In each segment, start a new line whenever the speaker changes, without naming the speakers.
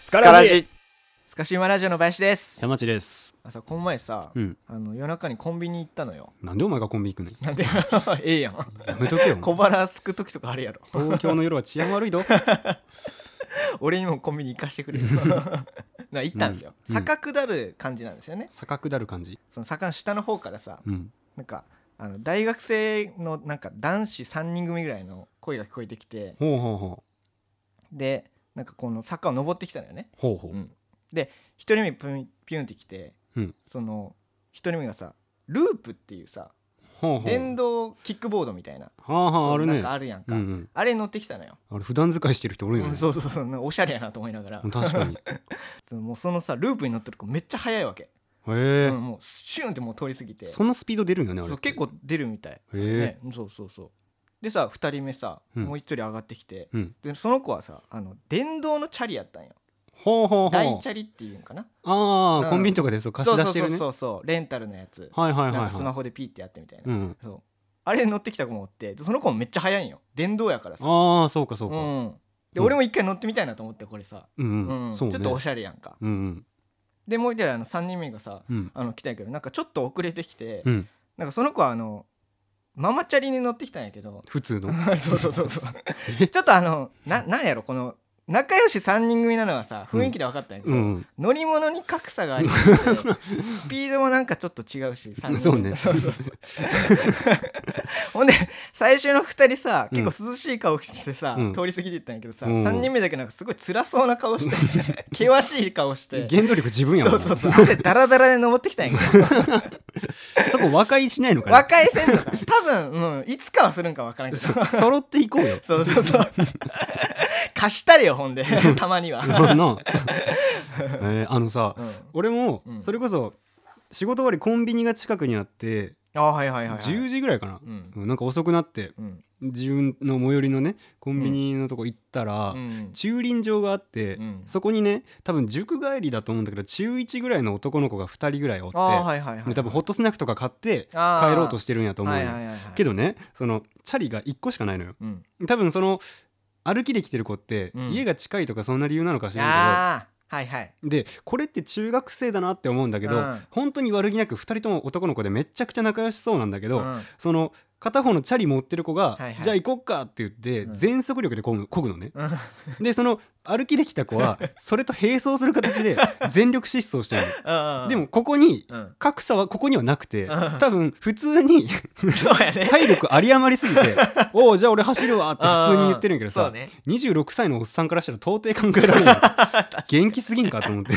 スカ
から
ラ
じ
ジ
スカシウマラジオの林です
山地です
あさこの前さ、
うん
あの夜中にコンビニ行ったのよ
なんでお前がコンビ行くねん
なんで ええやん
やめ とけよお
小腹すく時とかあるやろ
前東京の夜は治安 悪いど
俺にもコンビニ行かしてくれよ な行ったんですよ、
うん
坂下る感じなんですよね
坂下る感じ
その坂の下の方からさ
うん
なんかあの大学生のなんか男子3人組ぐらいの声が聞こえてきて
ほうほうほ
でなんかこの坂を登ってきたのよね
うほうほう、
うんで1人目ピュンピュンって来て、
うん
その1人目がさループっていうさ
ほうほう
電動キックボードみたいな
はあは
そ
あ
う
ある
なん
ね
かあるやんか、
うんうん
あれ乗ってきたのよ、
あれ普段使いしてる人おるよ
うん
ね
そうそうそうなんかおしゃれやなと思いながら、
確かにへ
そのもうそのさループに乗ってる子めっちゃ速いわけ、
え
うんもうシュンってもう通り過ぎて
そんなスピード出るんよねあれ
そう結構出るみたい、
へえ
ね、そうそうそうでさ2人目さ、
うん
もう1人上がってきて
うん
でその子はさあの電動のチャリやったんよ
ほうほうほ
大
う
チャリっていうんかな
ああ、
うん
コンビニとかでそう貸し出してるね
そうそうそうそうレンタルのやつ、
はいはいはい
なん
は
かスマ
い
ホでピーってやってみたいな、
うん
そうあれ乗ってきた子もおってでその子もめっちゃ速いんよ電動やからさ
ああそうかそう
う
か
んで
うん
俺も一回乗ってみたいなと思ってこれさ、
うん
う
うんん
ち
そ
ょ
う
っ
ね
とおしゃれやんか
うんうん
でもう一人あの3人目がさ
うん
あの来たんやけどなんかちょっと遅れてきて、
うん
なんかその子はあのママチャリに乗ってきたんやけど
普通の
そうそうそうそうちょっとあのななんやろこの仲良し3人組なのはさ雰囲気で分かったんやけ
う
ど、
ん
乗り物に格差が ありすぎてスピードもなんかちょっと違うし3人
そうね
そうそうそう ほんで最初の2人さ結構涼しい顔してさ、
うん
通り過ぎていったんやけどさ、
うん
3人目だけなんかすごい辛そうな顔して 険しい顔して。
原動力自分やもん
そ
な
うそうそう汗だらだらで登ってきたんや けど
そこ和解しないのか
和
な
解せんのか多分、うん、いつかはするんかわからんけど
そ揃っていこうよ
そうそうそう貸したれよほ んでたまには、
なあ えーあのさ
うん、
俺も
うん
それこそ仕事終わりコンビニが近くにあって
あはいはいはい、はい、
10時ぐらいかな
うん
うんなんか遅くなって
うん
自分の最寄りのねコンビニのとこ行ったら
うん
駐輪場があって
うん
そこにね多分塾帰りだと思うんだけど中1ぐらいの男の子が2人ぐらいおっ
あー
て
はいはいはい、
で多分ホットスナックとか買って
あー
帰ろうとしてるんやと思う
はい
よ
はいはいはい、
けどねそのチャリが1個しかないのよ
うん、
多分その歩きで来てる子って
うん
家が近いとかそんな理由なのか知らんけど
ああはいはい
でこれって中学生だなって思うんだけど、
うん
本当に悪気なく2人とも男の子でめっちゃくちゃ仲良しそうなんだけど、
うん
その片方のチャリ持ってる子が、
はいはい
じゃあ行こっかって言って、
うん
全速力でこぐこぐのね
うん
でその歩きできた子はそれと並走する 形で全力疾走してる
うんうん
でもここに
うん
格差はここにはなくて
うん
多分普通に
そうやね
体力有り余りすぎ て「おおじゃあ俺走るわ」って普通に言ってるんやけど
そう
さ、
ね
26歳のおっさんからしたら到底考えられ ない元気すぎんかと思って。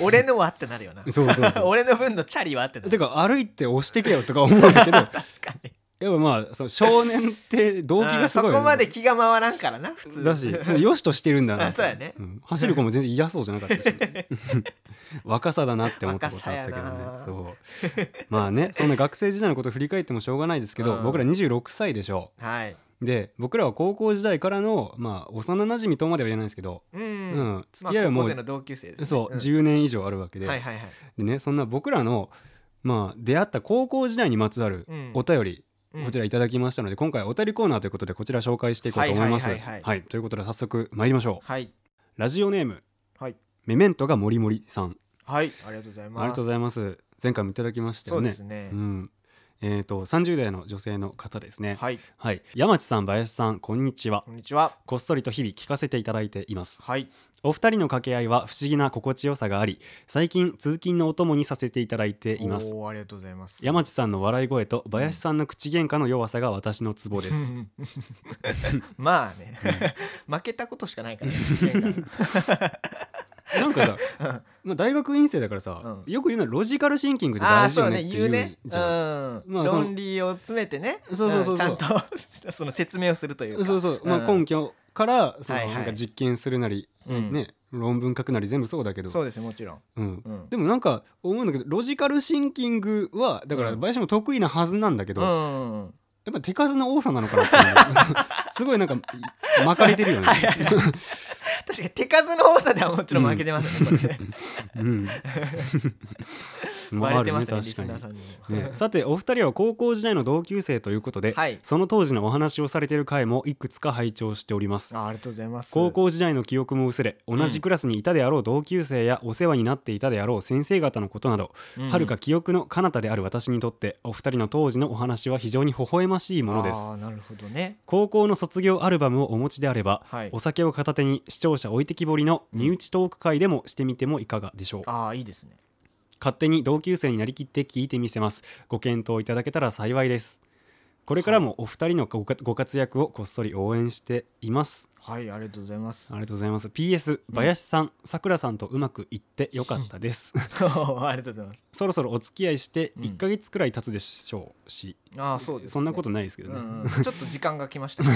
俺のはってなるよな
そうそうそう。
俺の分のチャリはってなる
てか歩いて押してけよとか思うんだけどやっ
確かに
ぱまあその少年って動機
うん
がす
そ
ごいよね、
こまで気が回らんからな普通
だしよしとしてるんだなって
あそうやね
ん走る子も全然嫌そうじゃなかったし 若さだなって思ったことあったけど
若
ね
さや
そうまあねそんな学生時代のこと振り返ってもしょうがないですけど、
うん
僕ら26歳でしょ
はいう
で僕らは高校時代からのまあ幼馴染とまでは言えないんですけど、
う
うん
ん、
付き合いはも
まあ高校
う、
生の同級生ですね
そう、
ん
10年以上あるわけで,、
はいはいはい
でねそんな僕らのまあ出会った高校時代にまつわる
うん
お便り、
うん
こちらいただきましたので、今回お便りコーナーということでこちら紹介していこうと思います。
は
はいい
はいはいはい
ということで早速参りましょう。
はい
ラジオネーム、
はい
メメントがもりもりさん、
はいありがとうございます
ありがとうございます。前回もいただきました
そ
よ
う
ね。
ですね、
ん。えっ、と30代の女性の方ですね。はい。
はい
山地さん、林さん、こんにちは
こ。んにちは
こっそりと日々聞かせていただいています。
はい
お二人の掛け合いは不思議な心地よさがあり、最近通勤のお供にさせていただいています。
おーありがとうございます
山地さんの笑い声と林さんの口喧嘩の弱さが私のツボです。
まあね、負けたことしかないから ね試験が
なんかさ、まあ、大学院生だからさ、よく言うのはロジカルシンキングって
ああー
大事
そ
よ
う
ねっ
ね
て
言
言
う
う
ねう
じゃん。
ん、
まあその
論理を詰めてね
そうそうそうそうん
ちゃんと その説明をするというか
そうそう、まあ、
うん
根拠からその
はいはい
なんか実験するなり、
うん
ね、論文書くなり全部そうだけど、
そうですもちろん、
うん
うん、
でもなんか思うんだけどロジカルシンキングはだか
う
ら
ん
林も得意なはずなんだけど、
う
や
んうん
っぱ手数の多さなのかなっ ていうすごいなんか巻かれてるよね。
確かに手数の多さではもちろん負けてますね、これね
うん も
割
あ
れて
る
ま
ね
すねリ
確
ス
かに
ナー。さんにも、
ね、さてお二人は高校時代の同級生ということで、
はい
その当時のお話をされている回もいくつか拝聴しております
あありがとうございます
高校時代の記憶も薄れ同
う
じ
ん
クラスにいたであろう同級生やお世話になっていたであろう先生方のことなどはるか記憶の彼方である私にとってお二人の当時のお話は非常に微笑ましいものです
ああなるほどね
高校の卒業アルバムをお持ちであれば、
はい
お酒を片手に視聴者置いてきぼりの身内トーク会でもしてみてもいかがでしょう
ああいいですね
勝手に同級生になりきって聞いてみせますご検討いただけたら幸いですこれからもお二人のごかご活躍をこっそり応援しています
はいありがとうございます
ありがとうございます PS 林さんさくらさんとうまくいってよかったです
ありがとうございます
そろそろお付き合いして
うん
1ヶ月くらい経つでしょうし、
ああそうですね、
そんなことないですけど
う
ね、
んうんちょっと時間が来ま したね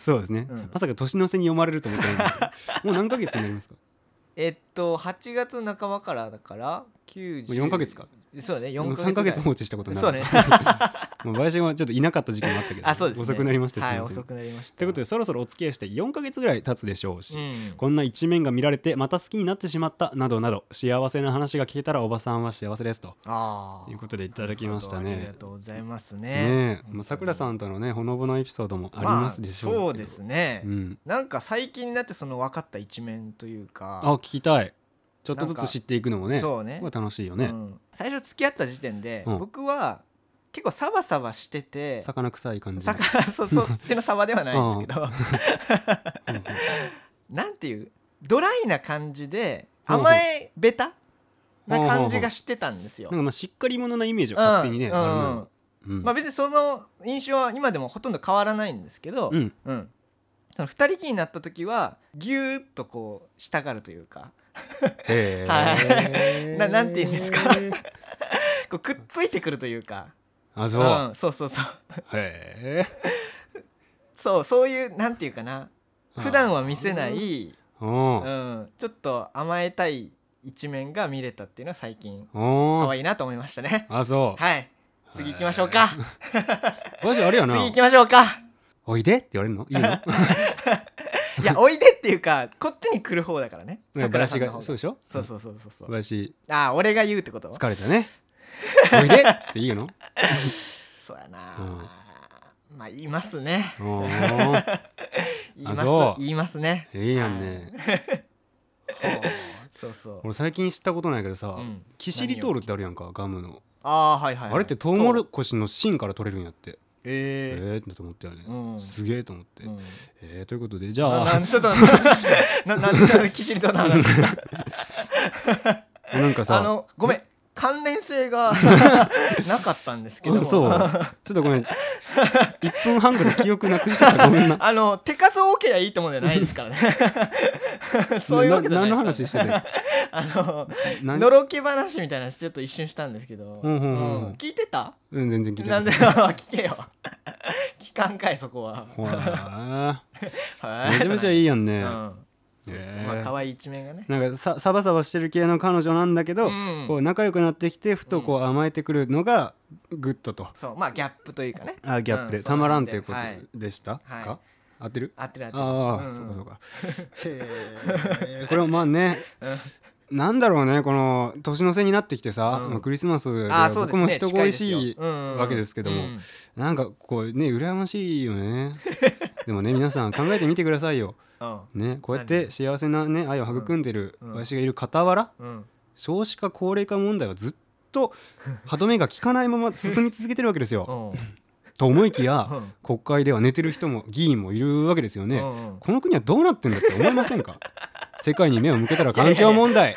そうですね、
うん
まさか年の瀬に読まれると思ってない んですけどもう何ヶ月になりますか
えっと8月半ばからだから9 0
もう4ヶ 月か
そうだね
もう
4ヶ
3
月ぐら
ヶ
い
月放置したことになる
そうね
もう林はちょっといなかった時期もあったけど
あそうです、ね、
遅くなりました
はい
すいません
遅くなりました
ということでそろそろお付き合いして4ヶ月ぐらい経つでしょうし、
うん
こんな一面が見られてまた好きになってしまったなどなど幸せな話が聞けたらおばさんは幸せですと。
ああ
ということでいただきました
なるほど
ね
ありがとうございますね
ねえまあさくらさ
ん
んとのねほのぼのエピソードもありますでしょうけど、
そうですね、
うん、
なんか最近になってその分かった一面という
あ
か
聞きたいちょっとず
なんか
つ知っていくのもね
そうね
まあ楽しいよ
う
ね、
ん最初付き合った時点で、
うん
僕は結構サバサバしてて
魚臭い感じ
さか そうそうそっちのサバではないんですけど
うんうん
なんていうドライな感じで
うん
甘えベタな感じがしてたんですよ。
なんかまあしっかり者なイメージ
うん
は勝手に
う
ね、
ん
あるのようん
まあ別にその印象は今でもほとんど変わらないんですけど、
うん
うんその2人きりになった時はぎゅーっとこうしたがるというか
へえ
ななんて言うんですかこうくっついてくるというか
あ
う
そう、へ
ん、そうそうそう
え
そうそういうなんていうかな普段は見せない、
うん
うん、ちょっと甘えたい一面が見れたっていうのは最近
お
可
ー
愛いなと思いましたね。
あそう、
はい次行きましょうか
マジあれやな
次行きましょうか
おいでって言われる のいいの
いやおいでっていうかこっちに来る方だからね
ね
桜さ
林
んの方
が
が
そ
そ
う
う
でしょ
そうそうそうそう
林
あー俺が言うってこと
疲れたねおいでって言う の
そうやなまあ言いますね
おー
言いま
あそ
す
う
言います ね
いいやんね
そうそう
俺最近知ったことないけどさ
うん
キシリトールってあるやんかガムの
ああはいはいはい
あれってトウモロコシの芯から取れるんやって
えー
ええと思ったよね
うん
すげえと思って
うん
えーということでじ
な
ゃ
な
あ
んちょっとななんでキシリトールの話した
なんか
あ
さ
のごめん関連性 がなかったんですけど
う
も
んそうちょっとごめん1分半ぐらい記憶なくしたからごめんな
あの手数多ければいいと思うんじゃないです からね そういうわけじゃない
何の
で
話
す
してた
からねあの
何
のろけ話みたいな話ちょっと一瞬したんですけど、
うんうんうんうん
聞いてた
うん全然聞いて
な
なんい
で 聞けよ聞かんかいそこは
ほら
は
めちゃめちゃいいやん
う
ね、
んそうそうまあ可愛い一面がね
なんかさサバサバしてる系の彼女なんだけど、
うん
こう仲良くなってきてふとこう甘えてくるのがグッドと、
そうまあギャップというかね
あギャップで、
うん
たまらんというこ
そうなんで
とでした、
はい
か合ってる
合ってる合ってる
ああ、
ん
そうかそうか
へ
これはまあね
ー
なんだろうねこの年の瀬になってきてさ、
うん
まあクリスマスで
ああそうで
僕
す
も
ね
人
近
恋
いですよ
しい
うんうん
わけですけども、
うん
なんかこうね羨ましい よねでもね皆さん考えてみてくださいよ、ね、こうやって幸せな、ね、愛を育んでる
うんうん
私がいる傍ら、
うんうん
少子化高齢化問題はずっと歯止めが効かないまま進み続けてるわけですよ。
うん
と思いき
う
や
ん
国会では寝てる人も議員もいるわけですよ
う
ね。
んうん
この国はどうなってんだって思いませ んか世界に目を向けたら環境問題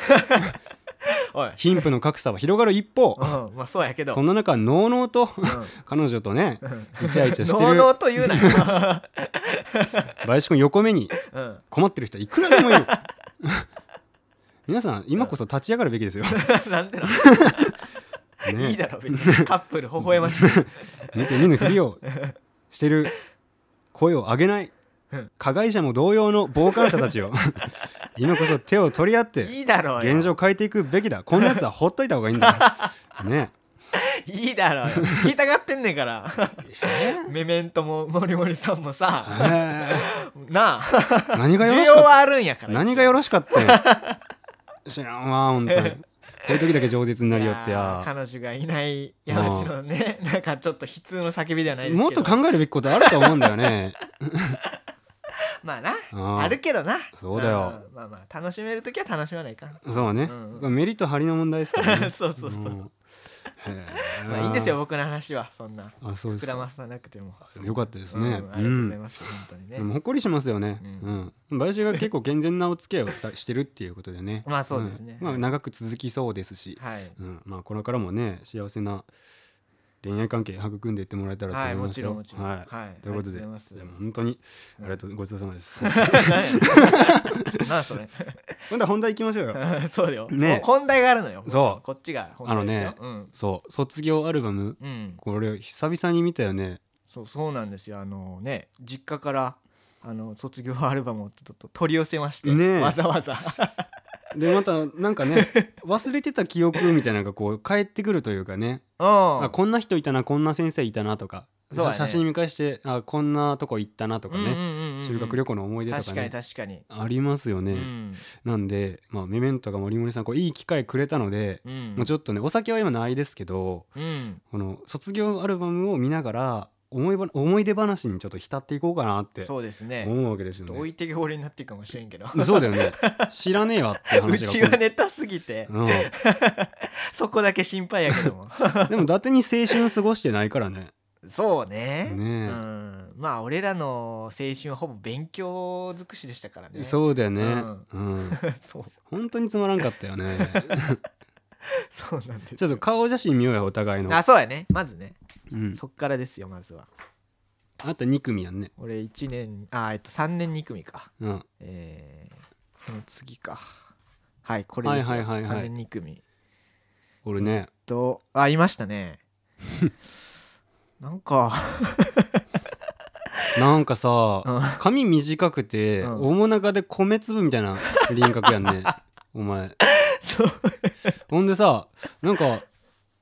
おい
貧富の格差は広がる一方
うんまあそうやけど
そんな中のうのうと
うん
彼女とねイチャイチャして
のうの
る
うと言うなよ
林くん横目に
うん
困ってる人いくらでもいる 皆さん今こそ立ち上がるべきですよ。
なんでなのいい
ね
だろ別にカップル微笑ましい
見て見ぬふりをしてる声を上げない
うん
加害者も同様の傍観者 たちを今こそ手を取り合って
いいだろうよ
現状を変えていくべきだこんなやつはほっといた方がいいんだよね
いいだろうよ聞いたがってんねんからメメントもモリモリさんも
え
さ
ー
なあ
何がよ
需
ろし
要
かっ
はあるんやか
た
ら
何がよ
ろ
ろしかったよ知らんわ本当にこういう時だけ饒舌になりよって
いやー
や
彼女がいない山内のねなんかちょっと悲痛の叫びではないですけど
もっと考えるべきことあると思うんだよね
まあな
うん
あるけどな
そうだよ
うんまあまあ楽しめる時は楽しまないかん
そうね、
うん
メリット張りの問題ですから ね
そうそうそう、
んへー
まあいいんですよ僕の話はそんな
あそうです
膨らま
か
さなくても
よかったです
うん
ね、
ありがとうございます、本当にね
でもほっこりしますよね。
う
うん。林が結構健全なお付き合いをさしてるっていうことでね。
まあそうですね
んまあ長く続きそうですし、
はい
うん。まあこれからもね幸せな恋愛関係育んでいってもらえたらと
はい
思い
も
ます
ちろ
よ。
んもちろん
はい。ということで、
あり
で
がとうござい
も
ます
本当にありがとうごちそうさま です。
なんそれ
今度は本題行きましょうよ。
そうよ、
ね
もう本題があるのよ
そう
もちろんこっちが本題ですよ
あ
うん
そう卒業アルバム
うん
これ久々に見たよね。
そうそうなんですよあのね実家からあの卒業アルバムをちょっと取り寄せまして、
ねえ
わざわざ
でまたなん かね忘れてた記憶みたいなのがこう返ってくるというかね。
うん
あこんな人いたなこんな先生いたなとか、
そうだね
写真見返してあこんなとこ行ったなとかね、修学旅
行
行の思い出とか
確か
ね
に確かに、
ありますよね、
うん
なんで、まあ、メメントが森森さんこういい機会くれたので、
うん
もうちょっとねお酒は今ないですけど
うん
この卒業アルバムを見ながら思いば思い出話にちょっと浸っていこうかなって
そうですね
思うわけで
ちょ
す
っ
よね
と置いてけぼりになっていくかもしれんけど
そう だよね知らねえわって
う
話が
ちはネタすぎて
うん、
そこだけ心配やけど も
でも伊達に青春を過ごしてないからね
そうね
ねえ
うん、まあ俺らの青春はほぼ勉強尽くしでしたからね
そうだよね、
うん
うん、
そう
本当につまらんかったよね
そうなんです
ちょっと顔写真見ようよお互いの
あそうやねまずね、
うん、
そっからですよまずは
あと2組やんね
俺1年あえっと3年2組か
うん
えー、この次かはいこれですよ、
はいはいはいはい
3年2組
俺ね
とあいました ねなんか、
なんかさ、
うん
髪短くて、
うん
面長で米粒みたいな輪郭やん ねお前
そう
ほんでさなんか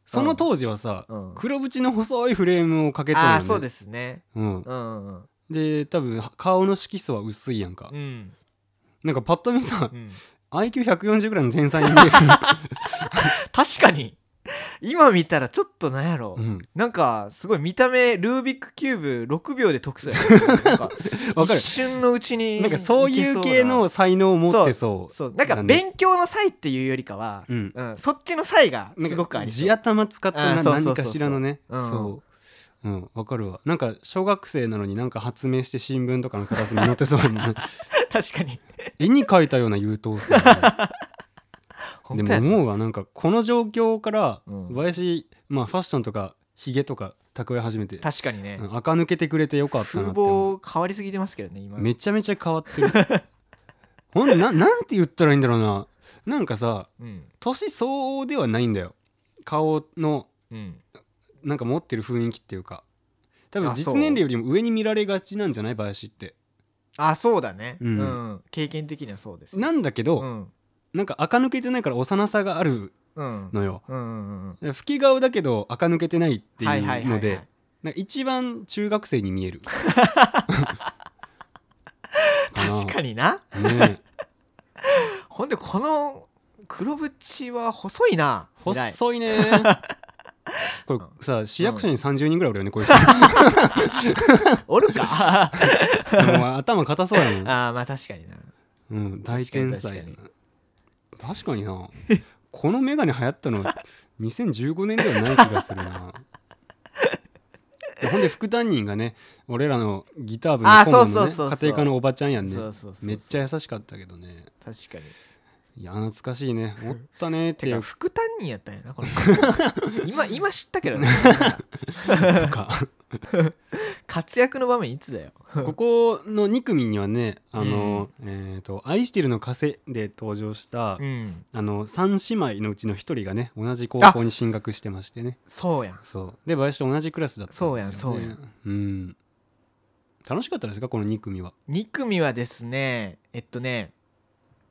その当時はさ、
うん
黒縁の細いフレームをかけて
あ
た、
あそうですすね
うん、
うんうん
で多分顔の色素は薄いやんか、
うん
なんかパッと見さ
うん
IQ140 ぐらいの天才に 見える、
確かに今見たらちょっとなんやろ、
うん、
なんかすごい見た目ルービックキューブ6秒で解くそうやななんか
わか
一
る
瞬のうちに
なんかそういう系の
いけ
才能を持ってそう
そうなそうなんか
だね
勉強の才っていうよりかは、
うん
うん、そっちの才が
なんか
すごくありそう
地頭使った
あ
な
ーそうそう
何
そうそう
かしらのね
うん
そううんわかるわなんか小学生なのになんか発明して新聞とかの片隅に載ってそうやも んね
確かに
絵に描いたような優等生だね
本
で
当や
も思うわなんかこの状況から
うん
林まあファッションとかひげとか蓄え始めて
確かにね、
うん垢抜けてくれてよかった
風
なって思う
貌変わりすぎてますけどね今
めちゃめちゃ変わってる ほんでななんて言ったらいいんだろうななんかさ
うん
年相応ではないんだよ顔の
うん
なんか持ってる雰囲気っていうか多分
あそ
実
う
年齢よりも上に見られがちなんじゃない林って
あそうだね
う
うんん、経験的にはそうですよ
なんだけど、
うん
なんか垢抜けてないから幼さがある
うん
のよ
うんうんうん
老け顔だけど垢抜けてないってい
はいは
う
いはい
の
はい
でなんか一番中学生に見 える
確かにな
にね
ほんでこの黒縁は細いな偉い
細 いねこれさ市役所に30人ぐらいおるよねこういう
おるかあ
人でも頭硬そうやもん
ーまあ確かにな
うん、大天才やな
確
確かになこのメガネ流行ったの2015年ではない気がするな でほんで副担任がね俺らのギター部の
あ
顧問
そ
の、
う
ね、
そうそうそう
家庭科のおばちゃんやんね
そうそうそうそう
めっちゃ優しかったけどね
確かに
いや懐かしいねおったねって
て
い
か
う
副担任やったんやな この子今今知ったけどね
とか
活躍の場面いつだよ
ここの2組にはね「あのえー、と愛してるの風」で登場した、
うん
あの3姉妹のうちの1人がね同じ高校に進学してましてね
そうやん
そうで林と同じクラスだったんですよ、ね、
そうやんそうや
うん楽しかったですかこの2組は
2組はですねえっとね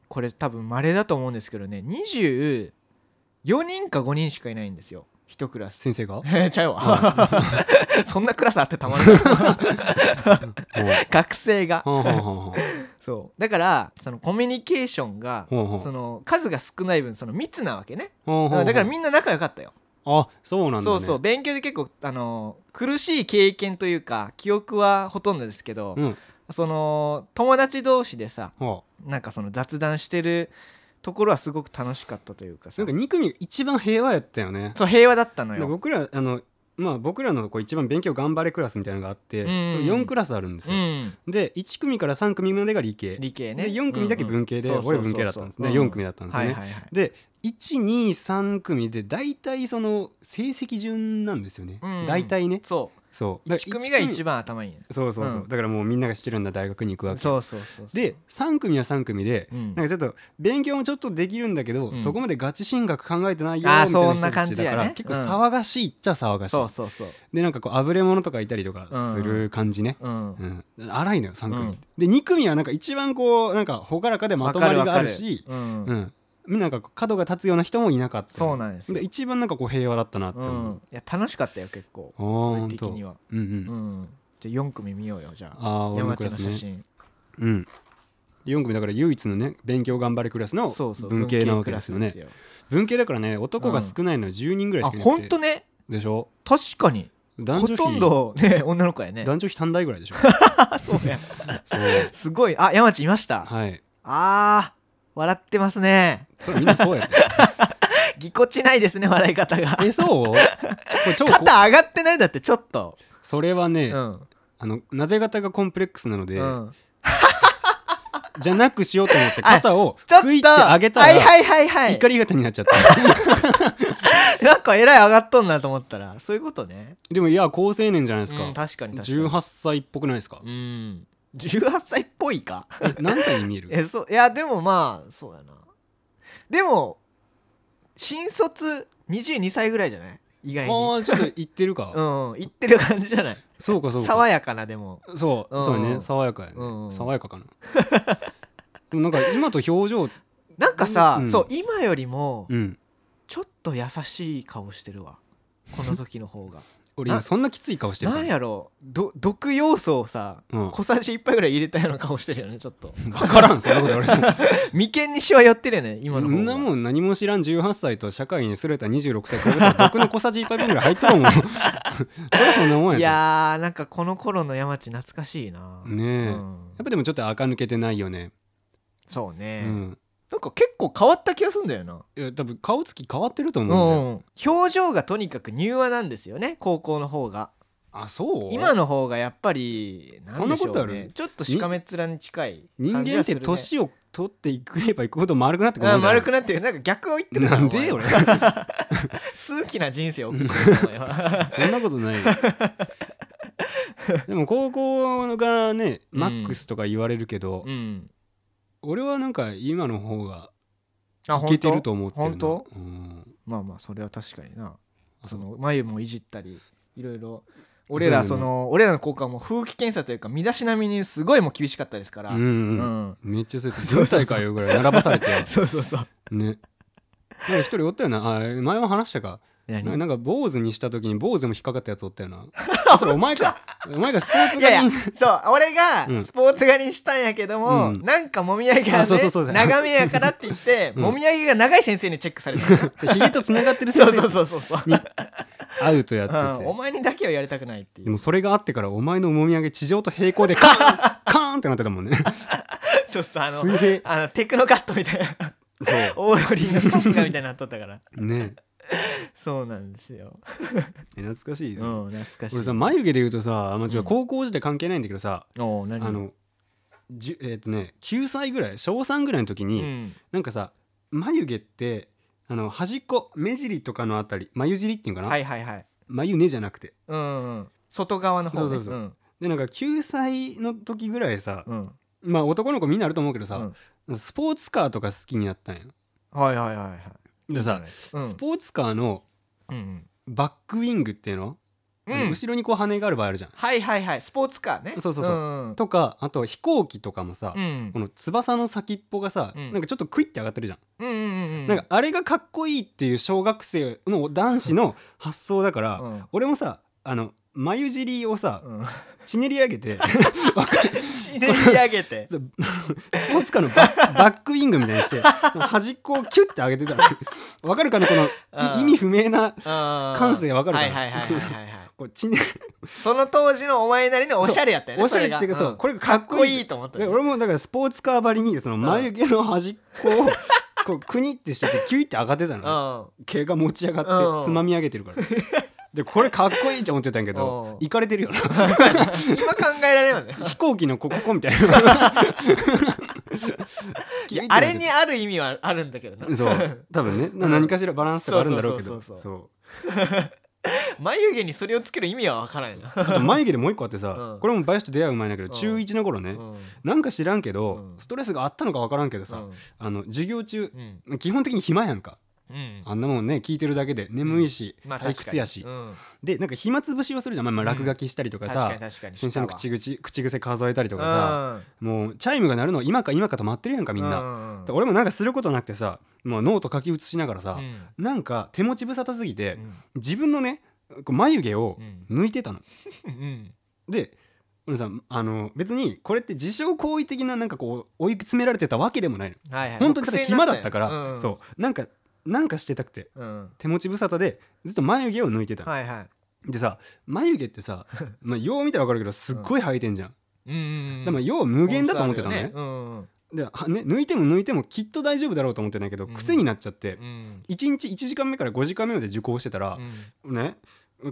これ多分稀だと思うんですけどね24人か5人しかいないんですよ一クラス
先生がも
えー、ちゃうわ そんなクラスあってたまらない
う
学生が
はあはあはあはあ
そうだからそのコミュニケーションが
ほうほう
その数が少ない分その密なわけね
ほうほうほう
だからみんな仲良かったよ
あそうなんだ、
そ
ね、
うそう勉強で結構あの苦しい経験というか記憶はほとんどですけど、
うん
その友達同士でさ
ほう
なんかその雑談してるところはすごく楽しかったというかさ
なんか2組が一番平和やったよね
そう平和だったの
で
よ。
僕らあのまあ僕らのこう一番勉強頑張れクラスみたいなのがあって、
うんうん
その4クラスあるんです
う
よ、
ん、
で1組から3組までが理系
理系ね
で4組だけ文系で、
うんうん
俺文系だったんです
そうそうそう
ね、
そう
4組だったんですよね、
はいはいはい
で123組で大体その成績順なんですよね、
うん
大体ね
そう
そうだか
1
ら
組が一番頭いいね
そうそうそう、
うん
だからもうみんなが知ってるんだ大学に行くわけ
そうそうそうそう
で3組は3組で、
うん
なんかちょっと勉強もちょっとできるんだけど、
うん
そこまでガチ進学考えてないよみ
あ
た
ー
いな
そん
人
な
た
感
ち
じ
だ
や
か
ね
ら、結構
うん
騒がしいっちゃ騒がしい、
そうそうそう
でなんかこうあぶれ物とかいたりとかする感じね、
うん、
うん荒いのよ3組、
うん
で2組はなんか一番こうなんか朗らかでま
わ
とま
か
り
るわ
があ
か
る
る
し
うん
うん、みんななんかこう角が立つような人もいなかった
そうなんですよ
で一番なんかこう平和だったなって
う
思
ん
う、
いや楽しかったよ結構
あーほ
俺
ん
的
と
には
うんう
うんんじゃあ4組見ようよじゃあ
ああー俺
山地
のク
の
ラ
写
スね
真
うん4組だから唯一のね勉強頑張れクラスの
そうそう
文系なわけですよね
文系クラス
文系だからね男が少ないのは10人ぐらい
あ
しかいな
本
くて
当ね
でしょ
確かに
男
ほ
女比
とんどね女の子やね
男女比短大ぐらい でしょ
あそうや
そう
すごいあ山地いました
はい
あー笑ってますね
それみんなそうやって
ぎこちないですね笑い方が
えそうこれ超こ
肩上がってないだってちょっと
それは
う
ね、
ん
あの撫で方がコンプレックスなので、
うん
じゃなくしようと思って肩を
ちょっと
グイって上げたら、
はいはいはいはい
怒り方になっちゃった
なんかえらい上がっとんなと思ったらそういうことね
でもいや高青年じゃないですか、
うん確かに確かに
18歳っぽくない ですか
う、ん18歳っぽいか
え何歳に見える
えそういやでもまあそうやなでも新卒22歳ぐらいじゃない意
ああ
外に
ーちょっと言ってるか、
うん言ってる感じじゃない
そうかそうか
爽やかなでも
そう、
うん
そうね爽やかやね、
うん
爽やかかなでもなんか今と表情
なんかさ、
うん
そう今よりも
うん
ちょっと優しい顔してるわこの時の方が
俺今
な
そんなきつい顔 してるか
な
ら
んやろど毒要素をさ
うん、
小さじ1杯ぐらい入れたような顔してるよねちょっと
分からんそんなこと言われても
眉間にしわ寄ってるよね今
そ
の方が
んなもん何も知らん18歳と社会にすれた26歳比べたら僕の小さじ1杯分ぐらい入ったもん そりゃそんなもんや
い
でや
やーなんかこの頃の山地懐かしいな
ねえ
うん
っぱでもちょっと垢抜けてないよね、
そうね、
うん
なんか結構変わった気がするんだよな、
いや多分顔つき変わってると
う
思うんんだよ、
表情がとにかく柔和なんですよね高校の方が
あそう
今の方がやっぱりなんでしょ
そんなこ
う
とあ
ね
る
ちょっとしかめっ面に近い
人
感じ
間
が
っ
す
て
るね
年を取っていくればいくほど丸くなってくる
あ
んじゃない
丸くなってるなんか逆を言ってる
なんで俺
俺
そん
数奇な人生を送ってるお前は
なこ とないよでも高校がね
うん
マックスとか言われるけど、
うん
俺はなんか今の方が
あ
い
本
け
当
てると思ってるな
本当
うん
まあまあそれは確かにな
あ
そ
そう
の眉もいじったりいろいろ俺ら
そ
そう
だよね
の俺らの高校はもう風紀検査というか身だしなみにすごいもう厳しかったですから
うん
う
うん
ん
めっちゃそうやって
そうそうそう
10歳かよぐらい並ばされて
そうそうそう
ねなんか一人おったよなあ前も話したか
何
なんか坊主にした時に坊主も引っかかったやつおった よなそれお前かお前がスポーツ
いや
が
いやそう俺
う
が
ん
スポーツ狩りにしたんやけども、
うん
なんかもみあげが、ね、
あそうそうそう
長めやからって言って、
うん
もみあげが長い先生にチェックさ れたの
ひげとつながってる
そ
先
うそう
生
そうそうそう、
アウトや
う
っ
ん
てて
お前にだけはやりたくないってい
で
う
もそれがあってからお前のもみあげ地上と平行でカーンカーンってなってたもんね
そうそう あの
すげえ
あのテクノカットみたいな
そ
オードリーの春日みたいになっとったから
うね
そうなんですよ、
え懐かしいね
うん、懐かしい
俺さ眉毛で言うとさあまあ違う
うん
高校時代関係ないんだけどさ、
おう何
あのじゅえっ、とね9歳ぐらい小3ぐらいの時
う
に、
ん、
なんかさ眉毛ってあの端っこ目尻とかのあたり眉尻っていうんかな、
はいはいはい
眉根じゃなくて
うん、うん、外側の方、ね、
そうそうそ
ん
でなんか9歳の時ぐらいさ、
うん
まあ男の子みんなあると思うけど
う
さ
ん、
スポーツカーとか好きになったんよ
はいはいはいはい
でさ、
うん
スポーツカーの
うん
バックウィングっていうの,、
うん
あの後ろにこう羽がある場合あるじゃん
はいはいはいスポーツカーね
そうそうそうん
ん
とかあと飛行機とかもさ、
うん
この翼の先っぽがさ、
うん
なんかちょっとクイッて上がってるじゃん、
うんうんうんうん
なんかあれがかっこいいっていう小学生の男子の発想だから、
うん
俺もさあの眉尻をさ
うん、
ちねり上 げてわかる
ひねり上げて
そうスポーツカーのババックウィングみたいにしてその端っこをキュッて上げてた のわかるかなこ
あ
の
ー
い意味不明な
感
感性わかるか
は
ない
はいはいはいはいはい
こうちね
その当時のお前なりのおしゃれやったよね
おしゃれっていうか
そ
そ
れが
うこれがかっ
んかっこ
こ
い
い
い
い
と思った
で俺もだからスポーツカーばりにその眉毛の端っこ をこうクニってしててキュイって上がってたの
う
毛が持ち
う
上が
ん
ってつまみ上げて るからでこれかっこいいって思ってたんやけど
うん
行かれてるよな
ん、今考えられないよね
飛行機のこここみたい な
いやあれにある意味はあるんだけどな
そう 多分ねな何かしらバランスとかあるんだろうけ
そ
ど
うそうそう
そう
眉毛にそれをつける意味は分からんよな、
あと眉毛でもう一個あってさ
うん
これもバイスと出会う前だけ
う
ど
ん
中1の頃ね
うん
なんか知らんけ
う
ど
ん
ストレスがあったのか分からんけどさあの授業中
うん
基本的に暇やんか
うん
あんなもんね聞いてるだけで眠いし
まあ
退屈や
確
し
かにうん
でなんか暇つぶしはするじゃんまあまあ
うん
落書きしたりとか
確
さ
かに確かに
先生の口口口癖数えたりと
と
かさもうチャイムが鳴るの今か今かと待ってるやんかみんな、
な
で俺もなんかすることなくてさもうノート書き写しながらさ、なんか手持ち無沙汰すぎて、自分のねこう眉毛を抜いてたの、で俺さあの別にこれって自傷行為的ななんかこう追い詰められてたわけでもないの本当にただ暇だったからそうなんかなんかしてたくて
うんうん
手持ち無沙汰でずっと眉毛を抜いてたの、
はいはい
でさ眉毛っ てさまあよう見たら分かるけどすっごい生えてんじゃん、
うんうんうん
でもよう無限だと思ってたのね
本数あるよね
ではね抜いても抜いてもきっと大丈夫だろうと思ってないけど、
うん
癖になっちゃって、
うんうん
1日1時間目から5時間目まで受講してたら
う、ん
ね